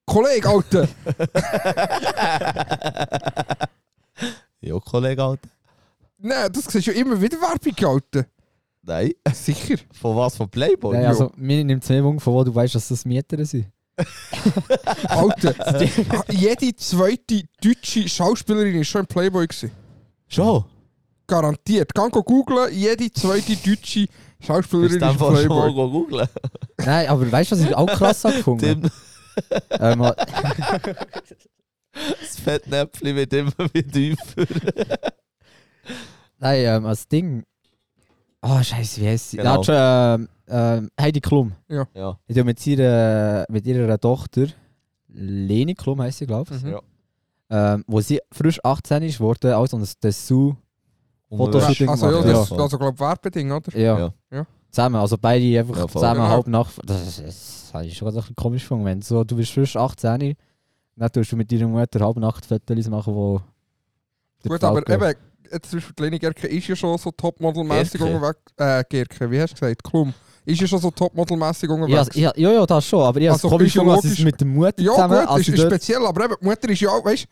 Speaker 1: Kollege, Alter!
Speaker 2: ja, Kollege, halt. Alter.
Speaker 1: nein, das siehst du ja immer wieder Werbung, Alter.
Speaker 2: Nein.
Speaker 1: Sicher.
Speaker 2: Von was? Von Playboy?
Speaker 6: Nein, also mir nimmt es mehr Wunder, von wo du weißt, dass das Mieter sind.
Speaker 1: Alter. Jede zweite deutsche Schauspielerin war schon im Playboy. Gewesen.
Speaker 2: Schon?
Speaker 1: Garantiert. Kann go googlen, jede zweite deutsche Schauspielerin
Speaker 2: Bist du
Speaker 1: ist im
Speaker 2: einfach schon mal
Speaker 1: Playboy.
Speaker 2: googeln?
Speaker 6: Nein, aber weißt du, was ich auch krass habe gefunden?
Speaker 2: Tim,
Speaker 6: ähm,
Speaker 2: das Fettnäpfchen wird immer wieder tiefer.
Speaker 6: nein, ähm, das Ding. Oh, scheiße, wie heißt sie?
Speaker 2: Genau.
Speaker 6: Ja, schon, ähm, ähm, Heidi Klum.
Speaker 2: Ja.
Speaker 6: Ich habe mit ihrer, mit ihrer Tochter, Leni Klum heisst sie, glaube ich,
Speaker 1: Mhm.
Speaker 2: Ja.
Speaker 6: ähm, wo sie frisch 18 ist, also wurde auch so ein Dessous. Fotoshooting
Speaker 1: Also, ja,
Speaker 6: gemacht,
Speaker 1: das ist
Speaker 2: ja.
Speaker 1: also, glaube ich, Werbeding, oder?
Speaker 6: Ja.
Speaker 2: Ja.
Speaker 1: Ja.
Speaker 6: Zusammen, also beide einfach
Speaker 2: Ja, voll.
Speaker 6: zusammen
Speaker 1: Genau.
Speaker 6: halb nach. Das, das, das habe ich schon gerade ein bisschen komisch gefunden. Wenn so, du bist frisch 18, dann tust du mit deiner Mutter halb Nacht Fotos machen, wo. der
Speaker 1: Gut,
Speaker 6: Frau
Speaker 1: aber
Speaker 6: gehört.
Speaker 1: eben, jetzt zum Beispiel die Leni Gerke ist ja schon so topmodelmäßig
Speaker 2: Gerke.
Speaker 1: unterwegs. Äh, Gerke, wie hast du gesagt? Klum. Ist ja schon so topmodelmäßig
Speaker 6: Ich
Speaker 1: unterwegs.
Speaker 6: has- ich ha- Ja, ja, das schon, aber ich habe es
Speaker 1: Also
Speaker 6: komisch gefunden, dass sie es
Speaker 1: psychologisch-
Speaker 6: mit der Mutter
Speaker 1: Ja,
Speaker 6: zusammen.
Speaker 1: gut,
Speaker 6: also
Speaker 1: ist, ist
Speaker 6: dort-
Speaker 1: speziell, aber eben, die Mutter ist ja auch, weißt du,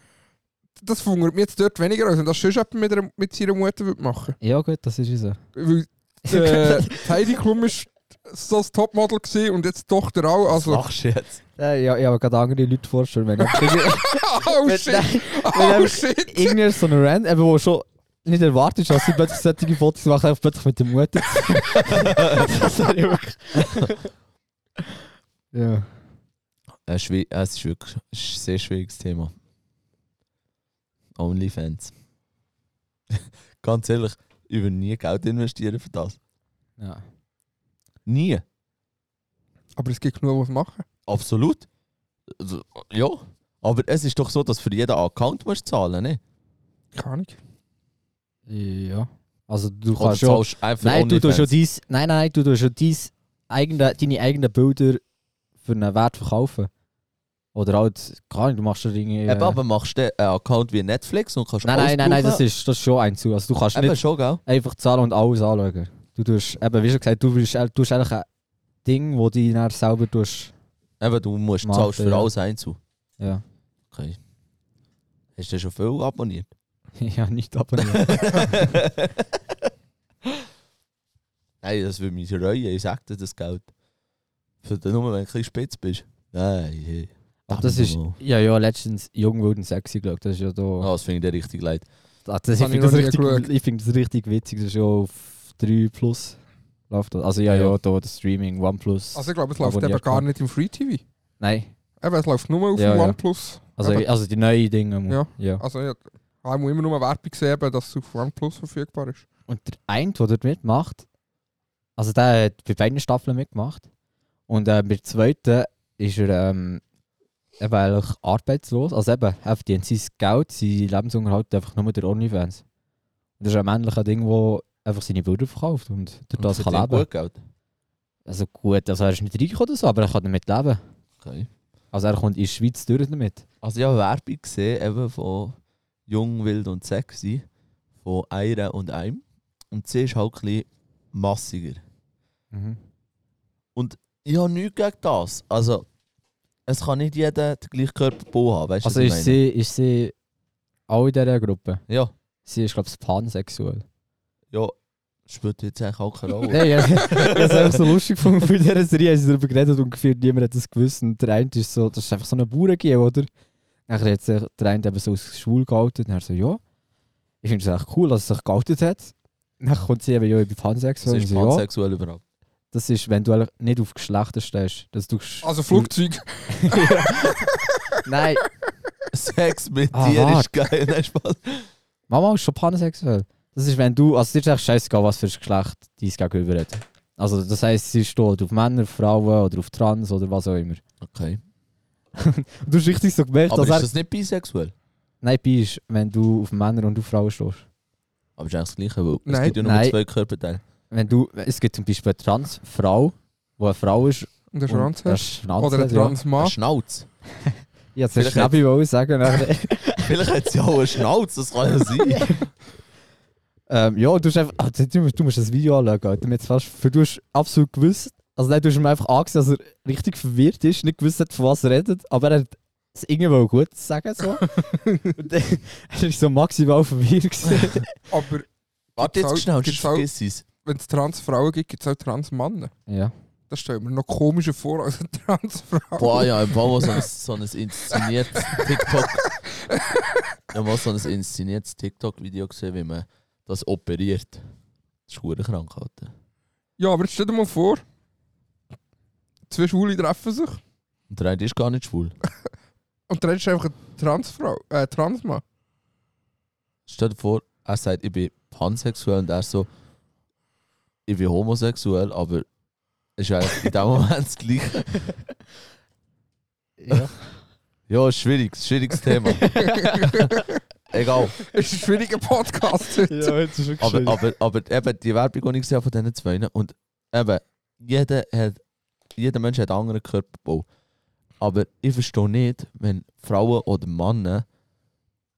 Speaker 1: das funktioniert mir jetzt dort weniger, als wenn das sonst jemand mit, einer- mit seiner Mutter würde machen
Speaker 6: ja, gut, das ist es so.
Speaker 1: würde. Weil äh, die Heidi Klum ist so das Topmodel gewesen und jetzt die Tochter auch.
Speaker 2: Was
Speaker 1: Also,
Speaker 2: machst du jetzt?
Speaker 6: Äh, ja, ich habe gerade andere Leute vorstellen, wenn ich
Speaker 1: oh
Speaker 6: Wenn-
Speaker 1: shit,
Speaker 6: nein,
Speaker 1: oh
Speaker 6: wenn-
Speaker 1: shit.
Speaker 6: irgendein so ein Rand, eben, wo schon nicht erwartet ist, dass sie plötzlich solche Fotos macht, einfach plötzlich mit der Mutter. das wäre ja wirklich. ja.
Speaker 2: Es ist, wie- Äh, es ist wirklich es ist ein sehr schwieriges Thema. Onlyfans. Ganz ehrlich, ich würde nie Geld investieren für das.
Speaker 6: Ja.
Speaker 2: Nie.
Speaker 1: Aber es gibt genug, was machen.
Speaker 2: Absolut. Also, ja. Aber es ist doch so, dass für jeden Account musst du zahlen, ne?
Speaker 1: Keine Ahnung.
Speaker 6: Ja. Also du
Speaker 2: Oder
Speaker 6: kannst schon...
Speaker 2: zahlst einfach
Speaker 6: Nein, du tust schon
Speaker 2: OnlyFans.
Speaker 6: dies, nein, nein, du tust schon dies eigene, deine eigenen Bilder für einen Wert verkaufen. Oder halt, keine Ahnung, du machst schon irgendwie...
Speaker 2: Eben, aber machst du einen Account wie Netflix und kannst
Speaker 6: nein,
Speaker 2: alles
Speaker 6: nein, nein, nein, das
Speaker 2: brauchen?
Speaker 6: ist, das ist schon ein zu. Also du kannst
Speaker 2: Eben
Speaker 6: nicht
Speaker 2: schon, gell?
Speaker 6: einfach zahlen und alles anschauen. Du tust, eben, wie schon gesagt, du bist, du tust eigentlich ein Ding, wo du dann selber tust.
Speaker 2: Eben, du musst
Speaker 6: Machen,
Speaker 2: zahlst für
Speaker 6: ja.
Speaker 2: alles einzu.
Speaker 6: Ja.
Speaker 2: Okay. Hast du schon viel abonniert?
Speaker 6: ja, nicht abonnieren.
Speaker 2: Nein, das würde mich reuen. Ich sag dir das Geld. Für den Nummer, wenn du ein bisschen spitz bist. Nein, hey.
Speaker 6: aber das ist, ja, ja, letztens Jung, Wild und Sexy, glaube das ist ja da...
Speaker 2: Ah, das finde ich dir richtig leid.
Speaker 6: Ah, das, ich
Speaker 1: Hab ich
Speaker 6: finde
Speaker 1: noch
Speaker 6: das,
Speaker 1: nie
Speaker 6: richtig-
Speaker 1: geschaut.
Speaker 6: ich find das richtig witzig, das ist ja auf 3 Plus läuft das. Also ja,
Speaker 2: Ja.
Speaker 6: ja, da das Streaming, OnePlus.
Speaker 1: Also ich glaube, es läuft
Speaker 6: Abonniert
Speaker 1: eben gar
Speaker 6: man.
Speaker 1: nicht im Free TV.
Speaker 6: Nein,
Speaker 1: Eben, es läuft nur auf
Speaker 6: Ja,
Speaker 1: dem
Speaker 6: ja.
Speaker 1: OnePlus.
Speaker 6: also,
Speaker 1: eben,
Speaker 6: also die neuen Dinge. mu-
Speaker 1: Ja.
Speaker 6: ja.
Speaker 1: also ja, ich muss immer nur Werbung sehen, dass es auf OnePlus verfügbar ist.
Speaker 6: Und der eine, der dort mitmacht, also der hat bei beiden Staffeln mitgemacht. Und äh, bei der zweiten ist er ähm, eben eigentlich arbeitslos. Also eben, er verdient sein Geld, sein Lebensunterhalt einfach nur der OnlyFans. Und das ist ein männlicher Ding, der einfach seine Bilder verkauft und durch das
Speaker 2: Und
Speaker 6: kann
Speaker 2: verdient
Speaker 6: leben.
Speaker 2: Gut Geld.
Speaker 6: Also gut, also er ist nicht reich oder so, aber er kann damit leben.
Speaker 2: Okay.
Speaker 6: Also er kommt in die Schweiz durch damit.
Speaker 2: Also ich habe Werbung gesehen eben von Jung, Wild und Sexy, von Eira und Eim. Und sie ist halt ein bisschen massiger.
Speaker 6: Mhm.
Speaker 2: Ich habe nichts gegen das. Also, es kann nicht jeder den gleichen Körperbau haben, weißt du,
Speaker 6: Also
Speaker 2: was ich
Speaker 6: ist sie, ist sie auch in dieser Gruppe.
Speaker 2: meine? Ja,
Speaker 6: Sie ist, glaube ich, pansexuell.
Speaker 2: ja, spielt jetzt eigentlich auch keine Rolle.
Speaker 6: Nein, ja, ich habe es einfach so lustig gefunden, weil in dieser Serie haben sie darüber geredet und gefühlt niemand hat das gewusst. Und der eine ist so, das ist einfach so eine Bauerngehe, oder? Dann hat sich der eine eben so als schwul gehalten und er so, ja. Ich finde es echt cool, dass es sich gehalten hat. Dann kommt sie eben, ja, ich bin
Speaker 2: Sie
Speaker 6: pansexuell. Und
Speaker 2: ist
Speaker 6: ich so, ja,
Speaker 2: pansexuell überhaupt.
Speaker 6: das ist, wenn du eigentlich nicht auf Geschlechter stehst. Dass du
Speaker 1: Also Flugzeug.
Speaker 6: Nein,
Speaker 2: Sex mit
Speaker 6: Ah,
Speaker 2: dir ist
Speaker 6: warte.
Speaker 2: geil, nein, Spaß.
Speaker 6: Mama ist schon pansexuell. Das ist, wenn du, also es ist echt scheißegal, was für ein Geschlecht dein Gegenüber hat. Also das heisst, sie steht auf Männer, Frauen oder auf Trans oder was auch immer.
Speaker 2: Okay.
Speaker 6: Und du hast richtig so gemerkt,
Speaker 2: Aber
Speaker 6: dass
Speaker 2: ist
Speaker 6: er...
Speaker 2: das nicht bisexuell?
Speaker 6: Nein, bi ist, wenn du auf Männer und auf Frauen stehst.
Speaker 2: Aber ist eigentlich das Gleiche, weil es
Speaker 1: Nein.
Speaker 2: gibt ja nur
Speaker 6: Nein.
Speaker 2: zwei Körperteile.
Speaker 6: Wenn du, es gibt zum Beispiel eine Transfrau, die eine Frau ist
Speaker 1: Und der
Speaker 6: und
Speaker 1: Schwanz
Speaker 6: eine
Speaker 1: hast.
Speaker 6: Schnauze
Speaker 1: Oder ein
Speaker 6: hat, ja.
Speaker 2: Eine
Speaker 1: Transmann.
Speaker 2: Schnauz.
Speaker 6: Ich wollte es
Speaker 2: Vielleicht hat-
Speaker 6: Schnabi wollen sagen. aber-
Speaker 2: Vielleicht hat sie auch eine Schnauz, das kann ja sein.
Speaker 6: ähm, ja, du, hast einfach, ah, du, musst- du musst das Video anschauen, Alter. Mir hat's fast, für du hast absolut gewusst, also nein, du hast ihm einfach angesehen, dass er richtig verwirrt ist, nicht gewusst hat, von was er redet, aber er hat es irgendwo gut zu sagen. So. und dann er war so maximal verwirrt. gewesen.
Speaker 1: Aber
Speaker 2: Warte jetzt
Speaker 1: Gibt's auch-
Speaker 2: schnell,
Speaker 1: gibt's
Speaker 2: sonst
Speaker 1: auch-
Speaker 2: vergiss es.
Speaker 1: wenn es Transfrauen gibt, gibt es auch Transmannen.
Speaker 6: ja.
Speaker 1: Das stellt mir noch komischer vor als eine Transfrau.
Speaker 2: Boah, ja, im Fall, wo so ein, so ein inszeniertes TikTok. Ja, mal so ein inszeniertes TikTok-Video gesehen, wie man das operiert. Das ist verdammt krank, Alter.
Speaker 1: Ja, aber jetzt stell dir mal vor, zwei Schwule treffen sich
Speaker 2: Und der eine ist gar nicht schwul.
Speaker 1: und dann ist einfach eine Transfrau, äh, Transmann.
Speaker 2: Stell dir vor, er sagt, ich bin pansexuell und er so, ich bin homosexuell, aber es ist eigentlich in dem Moment das Gleiche.
Speaker 6: ja.
Speaker 2: Ja, schwieriges, schwieriges Thema. Egal.
Speaker 1: Es ist ein schwieriger Podcast heute.
Speaker 6: jetzt ist
Speaker 2: Aber, aber, aber eben die Werbung, die ich gesehen habe von diesen zwei. Und eben, jeder, hat, jeder Mensch hat einen anderen Körperbau. Aber ich verstehe nicht, wenn Frauen oder Männer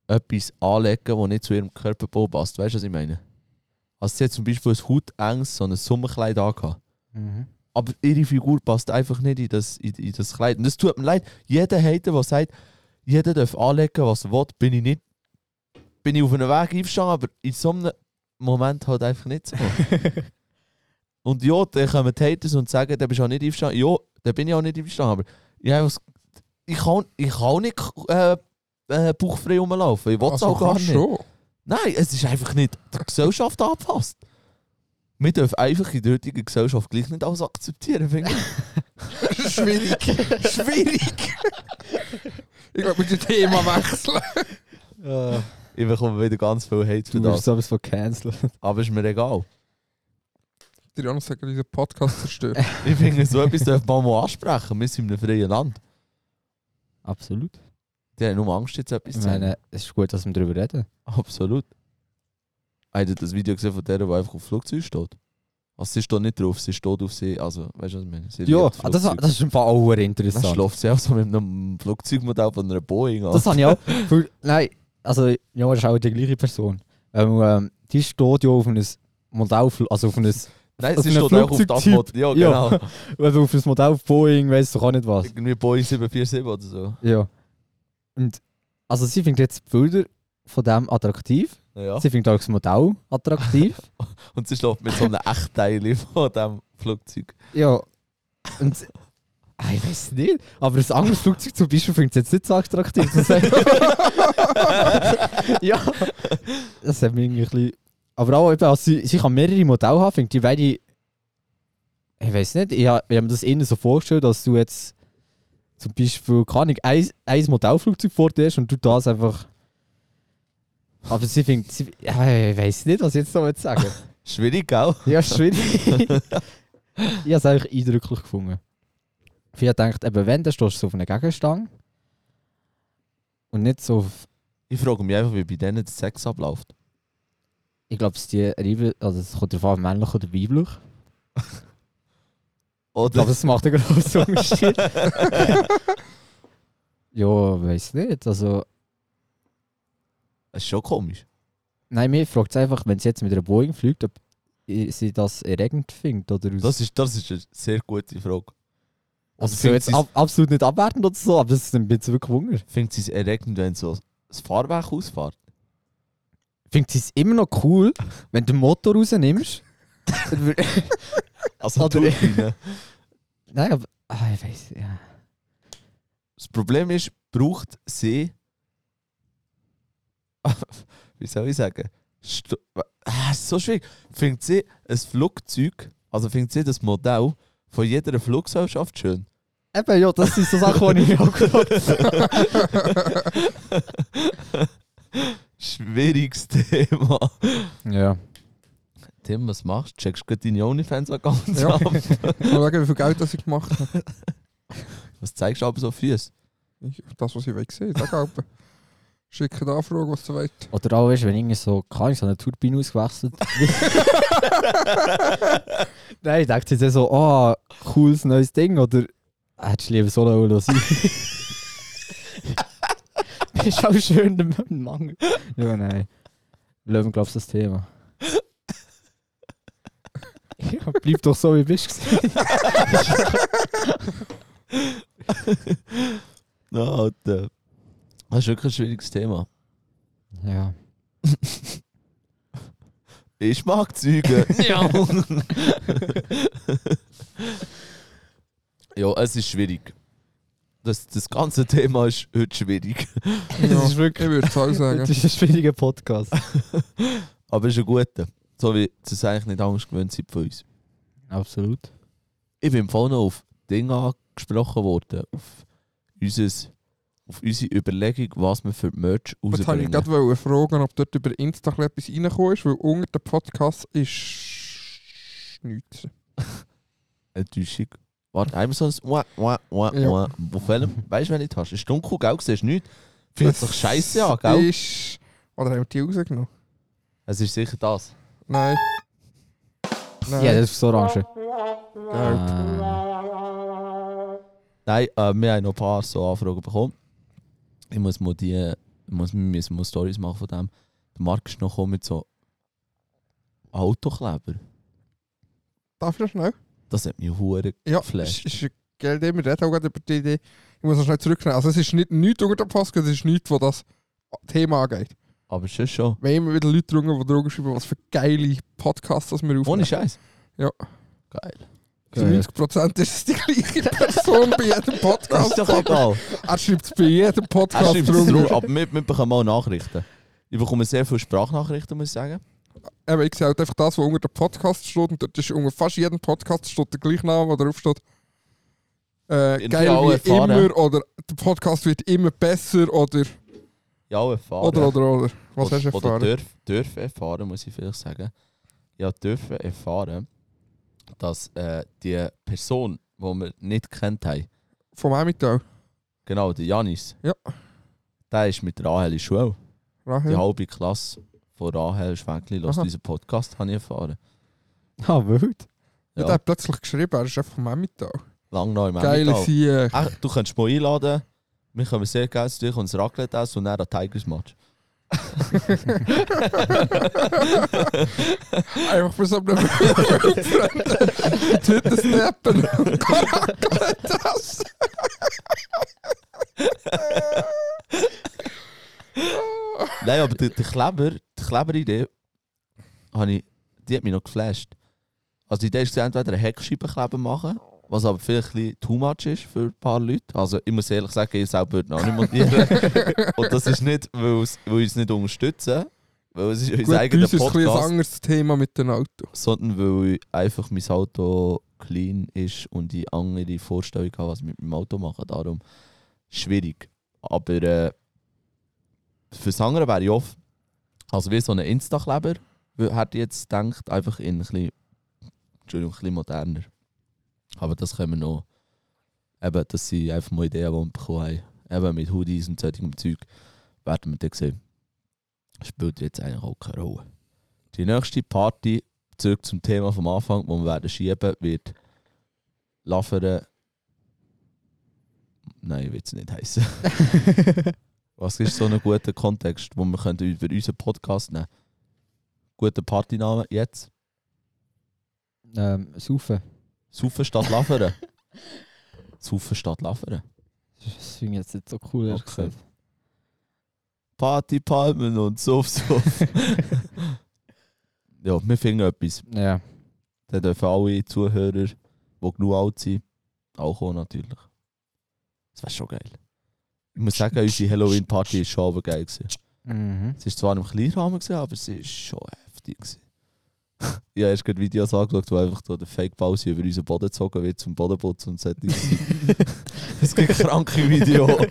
Speaker 2: etwas anlegen, das nicht zu ihrem Körperbau passt. Weißt du, was ich meine? Also sie hat zum Beispiel ein hautenges, so ein Sommerkleid angehabt.
Speaker 6: Mhm.
Speaker 2: Aber ihre Figur passt einfach nicht in das, in, in das Kleid. Und das tut mir leid. Jeder Hater, der sagt, jeder darf anlegen, was er will, bin ich nicht... Bin ich auf einem Weg einverstanden, aber in so einem Moment halt einfach nicht so. Und ja, dann kommen die Haters und sagen, da bist du auch nicht einverstanden. Ja, da bin ich auch nicht einverstanden, aber ich, habe einfach das- ich, kann, ich kann nicht äh, äh, bauchfrei rumlaufen. Ich will es
Speaker 1: Also
Speaker 2: auch gar
Speaker 1: kannst
Speaker 2: nicht.
Speaker 1: schon.
Speaker 2: Nein, es ist einfach nicht der Gesellschaft angepasst. Wir dürfen einfach in der heutigen Gesellschaft gleich nicht alles akzeptieren, finde ich.
Speaker 1: Schwierig. Schwierig. Ich glaube, wir müssen das Thema wechseln.
Speaker 6: Ja.
Speaker 2: Ich bekomme wieder ganz viel Hate für
Speaker 6: Äh, Du wirst
Speaker 2: das.
Speaker 6: sowas von canceln.
Speaker 2: Aber ist mir egal.
Speaker 1: Der Janus sagt, dieser Podcast zerstört.
Speaker 2: Ich finde, so etwas darf man mal ansprechen. Wir sind in einem freien Land.
Speaker 6: Absolut.
Speaker 2: Die haben nur Angst, jetzt etwas
Speaker 6: Ich
Speaker 2: zu sagen.
Speaker 6: meine, es ist gut, dass wir darüber reden.
Speaker 2: Absolut. Habt ihr das Video gesehen von der, die einfach auf Flugzeug steht? Also sie steht nicht drauf, sie steht auf sie. Also, weißt du, was ich meine? Sie
Speaker 6: Ja,
Speaker 2: liegt
Speaker 6: ah, das,
Speaker 2: Flugzeug.
Speaker 6: das ist im Fall auch sehr
Speaker 2: Dann
Speaker 6: interessant.
Speaker 2: schläft sie auch so mit einem Flugzeugmodell von einer Boeing an.
Speaker 6: Das habe ich auch. Für, nein, also ja, das ist auch die gleiche Person. Ähm, ähm, die steht ja auf einem Modell, also auf einem,
Speaker 2: Nein,
Speaker 6: auf
Speaker 2: sie
Speaker 6: einem
Speaker 2: steht auch auf das
Speaker 6: Flugzeugtyp.
Speaker 2: Mod. Ja,
Speaker 6: Ja.
Speaker 2: genau.
Speaker 6: also auf einem Modell auf Boeing, weiß doch auch nicht was.
Speaker 2: Irgendwie Boeing 747 oder so.
Speaker 6: Ja. Und also sie findet jetzt die Bilder von dem attraktiv.
Speaker 2: Ja.
Speaker 6: Sie findet auch das Modell attraktiv.
Speaker 2: Und sie schläft mit so einem Echtteil von diesem Flugzeug.
Speaker 6: ja. Und Ah, ich weiß nicht. Aber ein anderes Flugzeug zum Beispiel findet sie jetzt nicht so attraktiv. Das hat- ja. Das hat mich irgendwie ein bisschen... Aber auch eben, also sie, sie kann mehrere Modelle haben, finde ich. Beide... Ich weiß nicht, ich habe ich hab mir das innen so vorgestellt, dass du jetzt zum Beispiel, keine Ahnung, ein, ein Modellflugzeug vor dir hast und du das einfach... Aber sie findet... Sie, ja, ich weiß nicht, was ich jetzt noch sagen will.
Speaker 2: Schwierig, gell?
Speaker 6: Ja, schwierig. ich habe es eigentlich eindrücklich gefunden. Ich denkt, eben wenn, dann stehst du so auf einer Gegenstange. Und nicht so auf,
Speaker 2: Ich frage mich einfach, wie bei denen der Sex abläuft.
Speaker 6: ich glaube, es die Reibe, also es kommt drauf an, männlich oder weiblich.
Speaker 2: Oder?
Speaker 6: Aber es macht genau einen großen Unterschied. ja, weiß nicht. Also,
Speaker 2: Das ist schon komisch.
Speaker 6: nein, mir fragt es einfach, wenn sie jetzt mit einer Boeing fliegt, ob i- sie das erregend findet oder aus-
Speaker 2: Das ist, das ist eine sehr gute Frage.
Speaker 6: also,
Speaker 2: also
Speaker 6: so
Speaker 2: findet
Speaker 6: jetzt
Speaker 2: sie's-
Speaker 6: ab, absolut nicht abwertend oder so, aber es ist ein bisschen gewungen.
Speaker 2: Findet sie es erregend, wenn so das Fahrwerk ausfährt?
Speaker 6: Findet sie es immer noch cool, wenn du den Motor rausnimmst?
Speaker 2: Also
Speaker 6: Oder-
Speaker 2: Turbine.
Speaker 6: Nein, aber. Ah, ich weiß. Ja.
Speaker 2: Das Problem ist, braucht sie. Wie soll ich sagen? Stu ah, ist so schwierig. Findet sie ein Flugzeug, also findet sie das Modell von jeder Fluggesellschaft schön?
Speaker 6: Eben, ja, das sind so Sachen, die ich auch gefragt
Speaker 2: Schwieriges Thema.
Speaker 6: Ja.
Speaker 2: Tim, was machst du? Checkst du gerade deine OnlyFans auch ganz
Speaker 1: Ja.
Speaker 2: ab?
Speaker 1: Mal schauen, wie viel Geld das ich gemacht habe.
Speaker 2: Was zeigst du aber so Füße?
Speaker 1: Ich- Das, was ich will sehen, sag Alpen. Schicke eine Anfrage, was du willst.
Speaker 6: Oder auch, weißt, du, wenn irgendwie so, keine Ahnung, so eine Turbine ausgewechselt Nein, ich dachte jetzt so, ah, cooles neues Ding. Oder hättest du lieber so lassen sein? Bist auch schön der Mangel. Ja, nein. Löwen, glaubst du, das Thema? Ja, bleib doch so, wie du bist.
Speaker 2: Na, Alter. Das ist wirklich ein schwieriges Thema.
Speaker 6: ja.
Speaker 2: Ich mag Züge. ja. ja, es ist schwierig. Das, das ganze Thema ist heute schwierig.
Speaker 1: Ja,
Speaker 6: ist wirklich-
Speaker 1: Ich würde es auch sagen.
Speaker 6: Das ist ein schwieriger Podcast.
Speaker 2: Aber es ist ein guter. So wie sie es eigentlich nicht Angst gewöhnt sind von uns.
Speaker 6: Absolut.
Speaker 2: Ich bin vorhin noch auf Dinge angesprochen worden. Auf, unseres, auf unsere Überlegung, was wir für Merch
Speaker 1: Jetzt wollte ich
Speaker 2: rausbringen.
Speaker 1: gerade wollen fragen, ob dort über Insta ein bisschen etwas reingekommen ist, weil unter dem Podcast ist nichts.
Speaker 2: Enttäuschung. äh, Warte, einmal so ein Mua, Mua, Mua,
Speaker 1: Ja.
Speaker 2: Mua. Auf welchem? Weißt du, wenn nicht hast? Ist dunkel, gell? Siehst du nichts? Fühlt sich scheiße an, gell?
Speaker 1: Ist... Oder haben wir die rausgenommen?
Speaker 2: Es ist sicher das.
Speaker 1: Nein. Nein.
Speaker 6: Ja, das ist orange.
Speaker 1: Geld.
Speaker 6: Ah.
Speaker 2: Nein, äh, wir haben noch ein paar so Anfragen bekommen. Ich muss mal die, ich muss, wir müssen mal Stories machen von dem. Der Marc ist noch gekommen mit so Autokleber.
Speaker 1: Darf ich noch schnell?
Speaker 2: Das hat mich hure.
Speaker 1: Ja,
Speaker 2: Flash.
Speaker 1: es ist geil, wir reden auch gerade über die Idee. Ich muss noch schnell zurücknehmen. Also es ist nicht nichts unter dem Podcast, es ist nichts, was das Thema angeht.
Speaker 2: Aber schon schon.
Speaker 1: Wir haben immer wieder Leute drunter, die drüber schreiben, was für geile Podcasts das wir
Speaker 2: Ohne
Speaker 1: aufnehmen.
Speaker 2: Scheiß.
Speaker 1: Ja.
Speaker 2: Geil.
Speaker 1: Zu 90% ist es die gleiche Person bei jedem
Speaker 2: Das
Speaker 1: Podcast.
Speaker 2: ist doch egal.
Speaker 1: Er schreibt es bei jedem
Speaker 2: Er
Speaker 1: Podcast
Speaker 2: schreibt es drauf,
Speaker 1: drunter.
Speaker 2: aber wir, wir bekommen auch Nachrichten. Ich bekomme sehr viele Sprachnachrichten, muss ich sagen.
Speaker 1: Eben, ich sehe halt einfach das, was unter dem Podcast steht. Und dort ist unter fast jedem Podcast steht der gleiche Name, der drauf steht. Äh,
Speaker 2: Den
Speaker 1: geil
Speaker 2: wir alle
Speaker 1: wie
Speaker 2: erfahren.
Speaker 1: immer. Oder der Podcast wird immer besser. Oder
Speaker 2: Oh, ja, erfahren.
Speaker 1: Oder, oder, oder. Was
Speaker 2: oder,
Speaker 1: hast du
Speaker 2: Oder
Speaker 1: erfahren?
Speaker 2: dürf, dürfen erfahren, muss ich vielleicht sagen. Ja, dürfen erfahren, dass äh, die Person, die wir nicht kennt haben,
Speaker 1: Vom Emmental.
Speaker 2: genau, der Janis,
Speaker 1: Ja.
Speaker 2: der ist mit Rahel in der Schule. Die
Speaker 1: Rahel.
Speaker 2: halbe Klasse von Rahel Schwenkli lässt
Speaker 1: Aha.
Speaker 2: diesen Podcast, habe ich erfahren.
Speaker 6: Ah, wild.
Speaker 1: Ja. Der
Speaker 2: ja.
Speaker 1: hat plötzlich geschrieben, er ist einfach vom Emmental.
Speaker 2: Lang noch im
Speaker 1: Geile
Speaker 2: Emmental.
Speaker 1: Sieg.
Speaker 2: Ach, du könntest mal einladen. Wir können sehr gerne zu dir und das Raclette essen und dann an Tigers Match.
Speaker 1: Einfach bei so einem Freund. Die Hütte snappen. das.
Speaker 2: Nein, aber die, die Kleber, die Kleberidee, habe ich, die hat mich noch geflasht. Also die Idee ist, entweder einen Heckscheibenkleber machen, was aber vielleicht ein bisschen too much ist für ein paar Leute. Also ich muss ehrlich sagen, ich selber würde noch nicht montieren. und das ist nicht, weil es- weil wir uns nicht unterstützen, weil es ist
Speaker 1: Gut,
Speaker 2: unser
Speaker 1: bei
Speaker 2: eigener
Speaker 1: uns ist ein bisschen ein
Speaker 2: Podcast,
Speaker 1: anderes Thema mit dem Auto.
Speaker 2: sondern weil ich einfach mein Auto clean ist und ich andere Vorstellung habe, was ich mit meinem Auto mache. Darum schwierig. Aber äh, fürs andere wäre ich offen. Also wie so ein Insta-Kleber, wür- hätte ich jetzt gedacht, einfach in ein bisschen, Entschuldigung, ein bisschen moderner. Aber das können wir noch. Eben, das sind einfach mal Ideen, die wir bekommen haben. Eben mit Hoodies und solchem Zeug werden wir dann sehen. Spielt jetzt eigentlich auch keine Rolle. Die nächste Party, zurück zum Thema vom Anfang, wo wir werden schieben, wird Laffere. Nein, ich will es nicht heißen. Was ist so ein guter Kontext, wo wir können über unseren Podcast nehmen Guter Partyname jetzt.
Speaker 6: Ähm, saufen.
Speaker 2: Saufen statt Laffere. Saufen statt Laffere.
Speaker 6: Das finde ich jetzt nicht so cool. ehrlich
Speaker 2: Okay.
Speaker 6: gesagt.
Speaker 2: Party, Palmen und Suff, Suff. ja, wir finden etwas.
Speaker 6: Ja.
Speaker 2: Dann dürfen alle Zuhörer, die genug alt sind, auch kommen natürlich. Das wäre schon geil. Ich muss sagen, unsere Halloween-Party war schon aber geil. Gewesen.
Speaker 6: Mhm.
Speaker 2: Es war zwar im Kleinrahmen, gewesen, aber sie war schon heftig. Gewesen. ich habe erst gerade Videos angeschaut, wo einfach so der Fake-Pause über unseren Boden gezogen wird zum Bodenputz und solche Es gibt kranke Videos.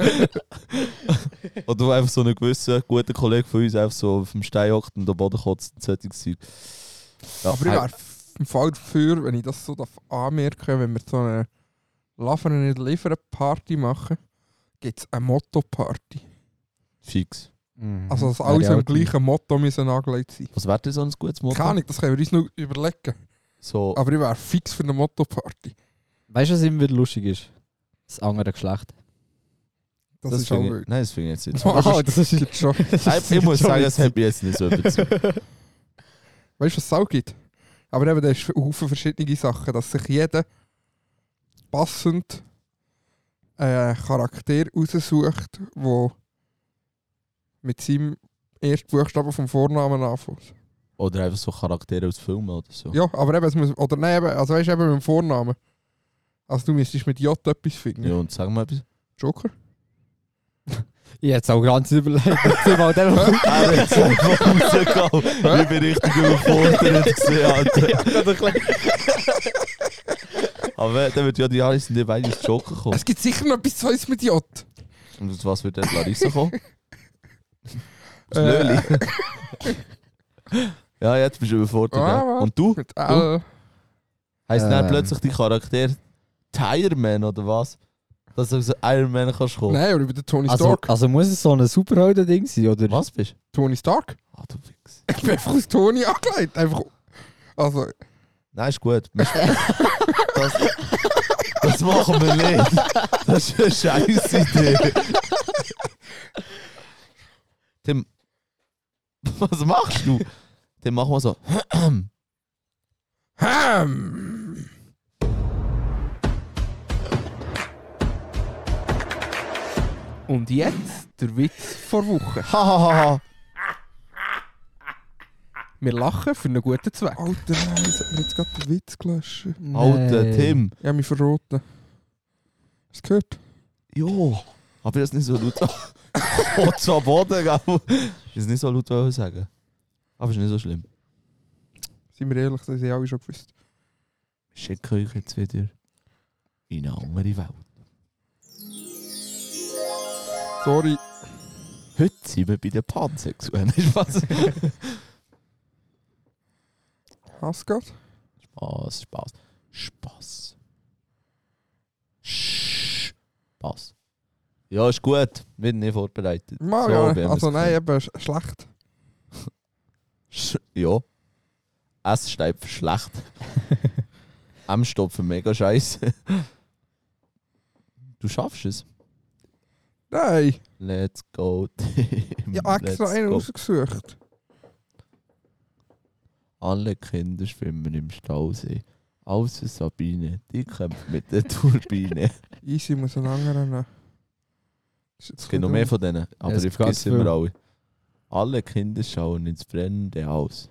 Speaker 2: Oder wo einfach so ein gewisser guter Kollege von uns einfach so auf dem Stein hockt und am Boden kotzt und solche Zeug. Ja,
Speaker 1: Aber ich wäre f- im Fall dafür, wenn ich das so darf anmerken wenn wir so eine Laufen nicht liefern Party machen, gibt es eine Motto-Party.
Speaker 2: Mhm. fix.
Speaker 6: Mhm.
Speaker 1: Also, dass
Speaker 6: Wäre
Speaker 1: alle
Speaker 6: ich
Speaker 1: so im
Speaker 6: auch drin.
Speaker 1: gleichen Motto müssen angelegt sein.
Speaker 2: Was wäre denn so ein gutes Motto? Oh.
Speaker 1: Keine Ahnung, das können wir uns noch überlegen.
Speaker 2: So,
Speaker 1: Aber ich wäre fix für eine Motto-Party.
Speaker 6: Weißt du, was immer wieder lustig ist? Das andere Geschlecht.
Speaker 1: Das, ist
Speaker 2: finde
Speaker 1: auch
Speaker 2: ich-
Speaker 1: wild.
Speaker 2: Nein, das finde ich jetzt nicht. Also,
Speaker 1: Wow,
Speaker 6: das ist-
Speaker 1: gibt schon.
Speaker 2: ich, ich muss sagen, das hat mich jetzt nicht so überzeugt.
Speaker 1: Weißt du, was es auch gibt? Aber eben, da ist ein Haufen verschiedene Sachen, dass sich jeder passend einen Charakter raussucht, der mit seinem ersten Buchstaben vom Vornamen anfängt.
Speaker 2: Oder einfach so Charaktere aus Filmen oder so.
Speaker 1: Ja, aber eben, es muss. Oder nein, eben, also weißt du, eben mit dem Vornamen. Also, du müsstest mit J etwas finden.
Speaker 2: Ja, und sag mal etwas.
Speaker 1: Joker?
Speaker 6: Ich hätte es auch ganz überlegt. Jetzt sind wir halt einfach-
Speaker 2: Er hat es einfach rausgehauen. Ich bin richtig überfordert gesehen, Alter. Aber dann wird ja die Janis nicht beide ins Joker kommen.
Speaker 1: Es gibt sicher noch etwas Zweites mit J.
Speaker 2: Und aus was wird dann Larissa kommen? Aus
Speaker 1: Äh.
Speaker 2: Löli. Ja, jetzt bist du überfordert.
Speaker 1: Ah,
Speaker 2: ja.
Speaker 1: was?
Speaker 2: Und du?
Speaker 1: Mit L.
Speaker 2: Heißt dann
Speaker 6: Ähm.
Speaker 2: plötzlich dein Charakter Tireman oder was? Dass du so Iron Man kannst kommen.
Speaker 1: Nein, oder über den Tony
Speaker 6: also,
Speaker 1: Stark.
Speaker 6: also muss es so ein Superhelden-Ding sein, oder?
Speaker 2: Was bist du?
Speaker 1: Tony Stark?
Speaker 2: Ah, du Fix.
Speaker 1: Ich bin einfach aus Tony angelegt. Einfach. Also,
Speaker 2: Nein, ist gut. Wir- Das, das machen wir nicht. Das ist eine scheiß Idee. Tim, was machst du? Tim, mach mal so.
Speaker 1: Ham! Und jetzt der Witz vor Woche.
Speaker 2: Hahaha.
Speaker 1: Wir lachen für einen guten Zweck. Alter, nein, jetzt hat mir jetzt gerade den Witz gelöscht.
Speaker 6: Nee.
Speaker 2: Alter, Tim.
Speaker 1: Ich habe mich verraten. Hast du gehört?
Speaker 2: Jo. Hab ich das nicht so laut Kotz am Boden, gell? Ist nicht so laut wollen sagen. Aber ist nicht so schlimm.
Speaker 1: Sind wir ehrlich, das haben alle schon gewusst.
Speaker 2: Ich schicke euch jetzt wieder in eine andere Welt.
Speaker 1: Sorry.
Speaker 2: Heute sind wir bei den Pansexuellen. Spaß.
Speaker 1: Hast du grad?
Speaker 2: Spaß, Spaß. Spaß. Sch- Spaß. Ja, ist gut. Wir sind nicht vorbereitet.
Speaker 1: Mal,
Speaker 2: So
Speaker 1: ja.
Speaker 2: haben wir es
Speaker 1: Also nein,
Speaker 2: gemacht.
Speaker 1: eben sch schlecht.
Speaker 2: Sch ja. S steigt für schlecht. M steht für mega scheiße. Du schaffst es.
Speaker 1: Nein,
Speaker 2: Let's go. Team.
Speaker 1: ich habe extra
Speaker 2: Let's
Speaker 1: einen
Speaker 2: go.
Speaker 1: rausgesucht.
Speaker 2: Alle Kinder schwimmen im Stausee. Außer Sabine, die kämpft mit der Turbine.
Speaker 1: Easy muss einen anderen nehmen. Ist jetzt
Speaker 2: Es gibt noch mehr von denen, aber
Speaker 6: es
Speaker 2: ich
Speaker 6: gibt ganz
Speaker 2: vergesse
Speaker 6: viel.
Speaker 2: immer alle. Alle Kinder schauen ins brennende Haus.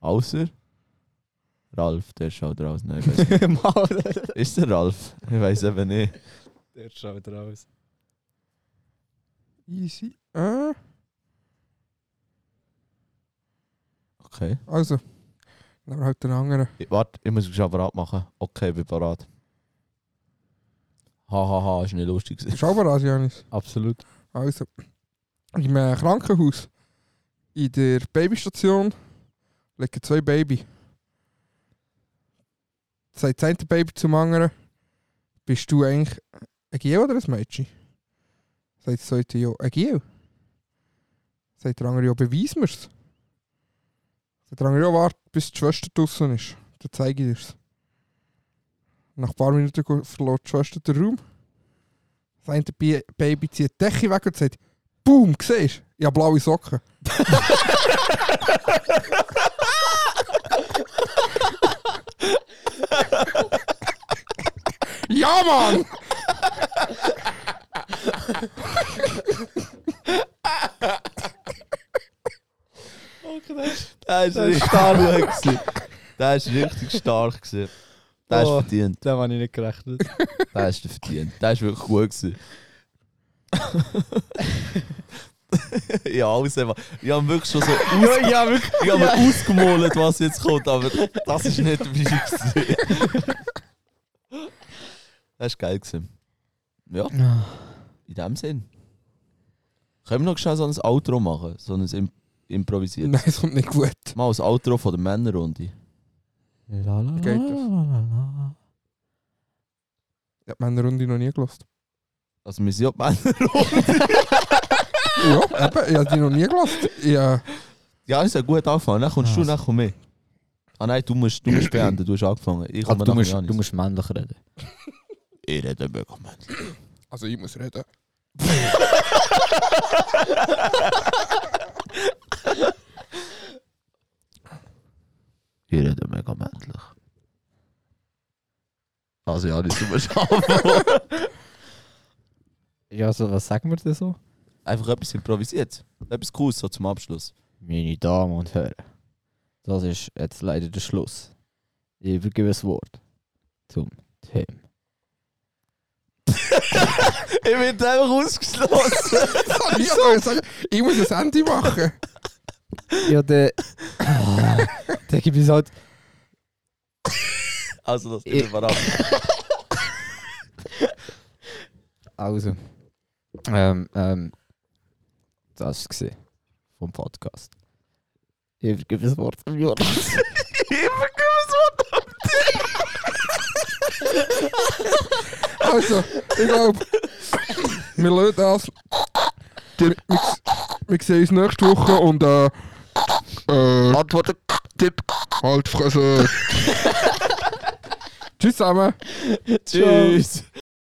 Speaker 2: Außer Ralf, der schaut raus. Nein, ich weiss nicht.
Speaker 6: Mal.
Speaker 2: Ist der Ralf? Ich weiß eben nicht.
Speaker 6: Der schaut raus.
Speaker 1: Easy. Äh,
Speaker 2: Okay.
Speaker 1: also. Nehmen wir halt den anderen.
Speaker 2: Ich- Warte, ich muss es schon bereit machen. Okay, ich bin bereit. Hahaha, ha, ha, ist nicht lustig. gewesen.
Speaker 1: Schau mal an, Janis.
Speaker 6: Absolut.
Speaker 1: Also, im äh, Krankenhaus, in der Babystation, liegen zwei Baby. Sagt das eine Baby zum anderen, bist du eigentlich ein Gil oder ein Mädchen? Sagt das zweite ja, ein Gil. Sagt der andere ja, beweis mir's. Sagt der andere ja, warte, bis die Schwester draußen ist. Dann zeige ich dir's. Nach ein paar Minuten go- verlässt die Schwester den Raum. Das eine Bi- Baby zieht die Decke weg und sagt, «Boom, siehst du? Ich habe blaue Socken.» Ja, Mann!
Speaker 2: Der ist richtig stark. gewesen. Der ist richtig stark. gewesen. Der ist
Speaker 6: Oh.
Speaker 2: verdient.
Speaker 6: Da habe ich nicht gerechnet.
Speaker 2: Der ist verdient. Der ist wirklich gut. Gewesen. ja, alles einfach. Ich habe wirklich schon so aus
Speaker 6: ja, wirklich.
Speaker 2: ich habe mir ausgemalt, was jetzt kommt, aber das ist nicht dabei. gewesen. Das war geil. Gewesen. Ja. In dem Sinn. Können wir noch schnell so ein Outro machen? So ein Im improvisiertes.
Speaker 1: Nein, es kommt nicht gut.
Speaker 2: Mal ein Outro von der Männerrunde.
Speaker 6: La, la,
Speaker 1: Geht das?
Speaker 6: la, la, la.
Speaker 1: Ich habe meine Runde noch nie gelost.
Speaker 2: Also wir sind ja die Männerrunde.
Speaker 1: Ja, eben, ich habe die noch nie gelost. Ja,
Speaker 2: ja, ist ja gut angefangen. Dann kommst du, dann komm ich. Ah nein, du musst, du musst beenden, du hast angefangen. Ich komme
Speaker 6: Also, du,
Speaker 2: nachher
Speaker 6: musst,
Speaker 2: Janis.
Speaker 6: du musst männlich reden.
Speaker 2: Ich rede mega männlich.
Speaker 1: also ich muss reden.
Speaker 2: Ich rede mega männlich. Also Janis, du musst anfangen.
Speaker 6: Ja, also, was sagen wir denn so?
Speaker 2: Einfach etwas improvisiert. Etwas Cooles so zum Abschluss.
Speaker 6: Meine Damen und Herren, das ist jetzt leider der Schluss. Ich übergebe das Wort zum Tim.
Speaker 2: ich bin einfach ausgeschlossen.
Speaker 1: Wieso? Ich muss ein Ende machen.
Speaker 6: Ja, der. Ah, der gibt es halt.
Speaker 2: Also das geht mal ab.
Speaker 6: Also. Ähm, ähm. Das war es vom Podcast. Ich übergebe das Wort zum Jonas.
Speaker 1: Also, ich glaube, wir lassen das. Wir, wir, wir sehen uns nächste Woche und äh, äh, Antworten, Tipp, halt Fresse. Tschüss zusammen.
Speaker 2: Tschüss.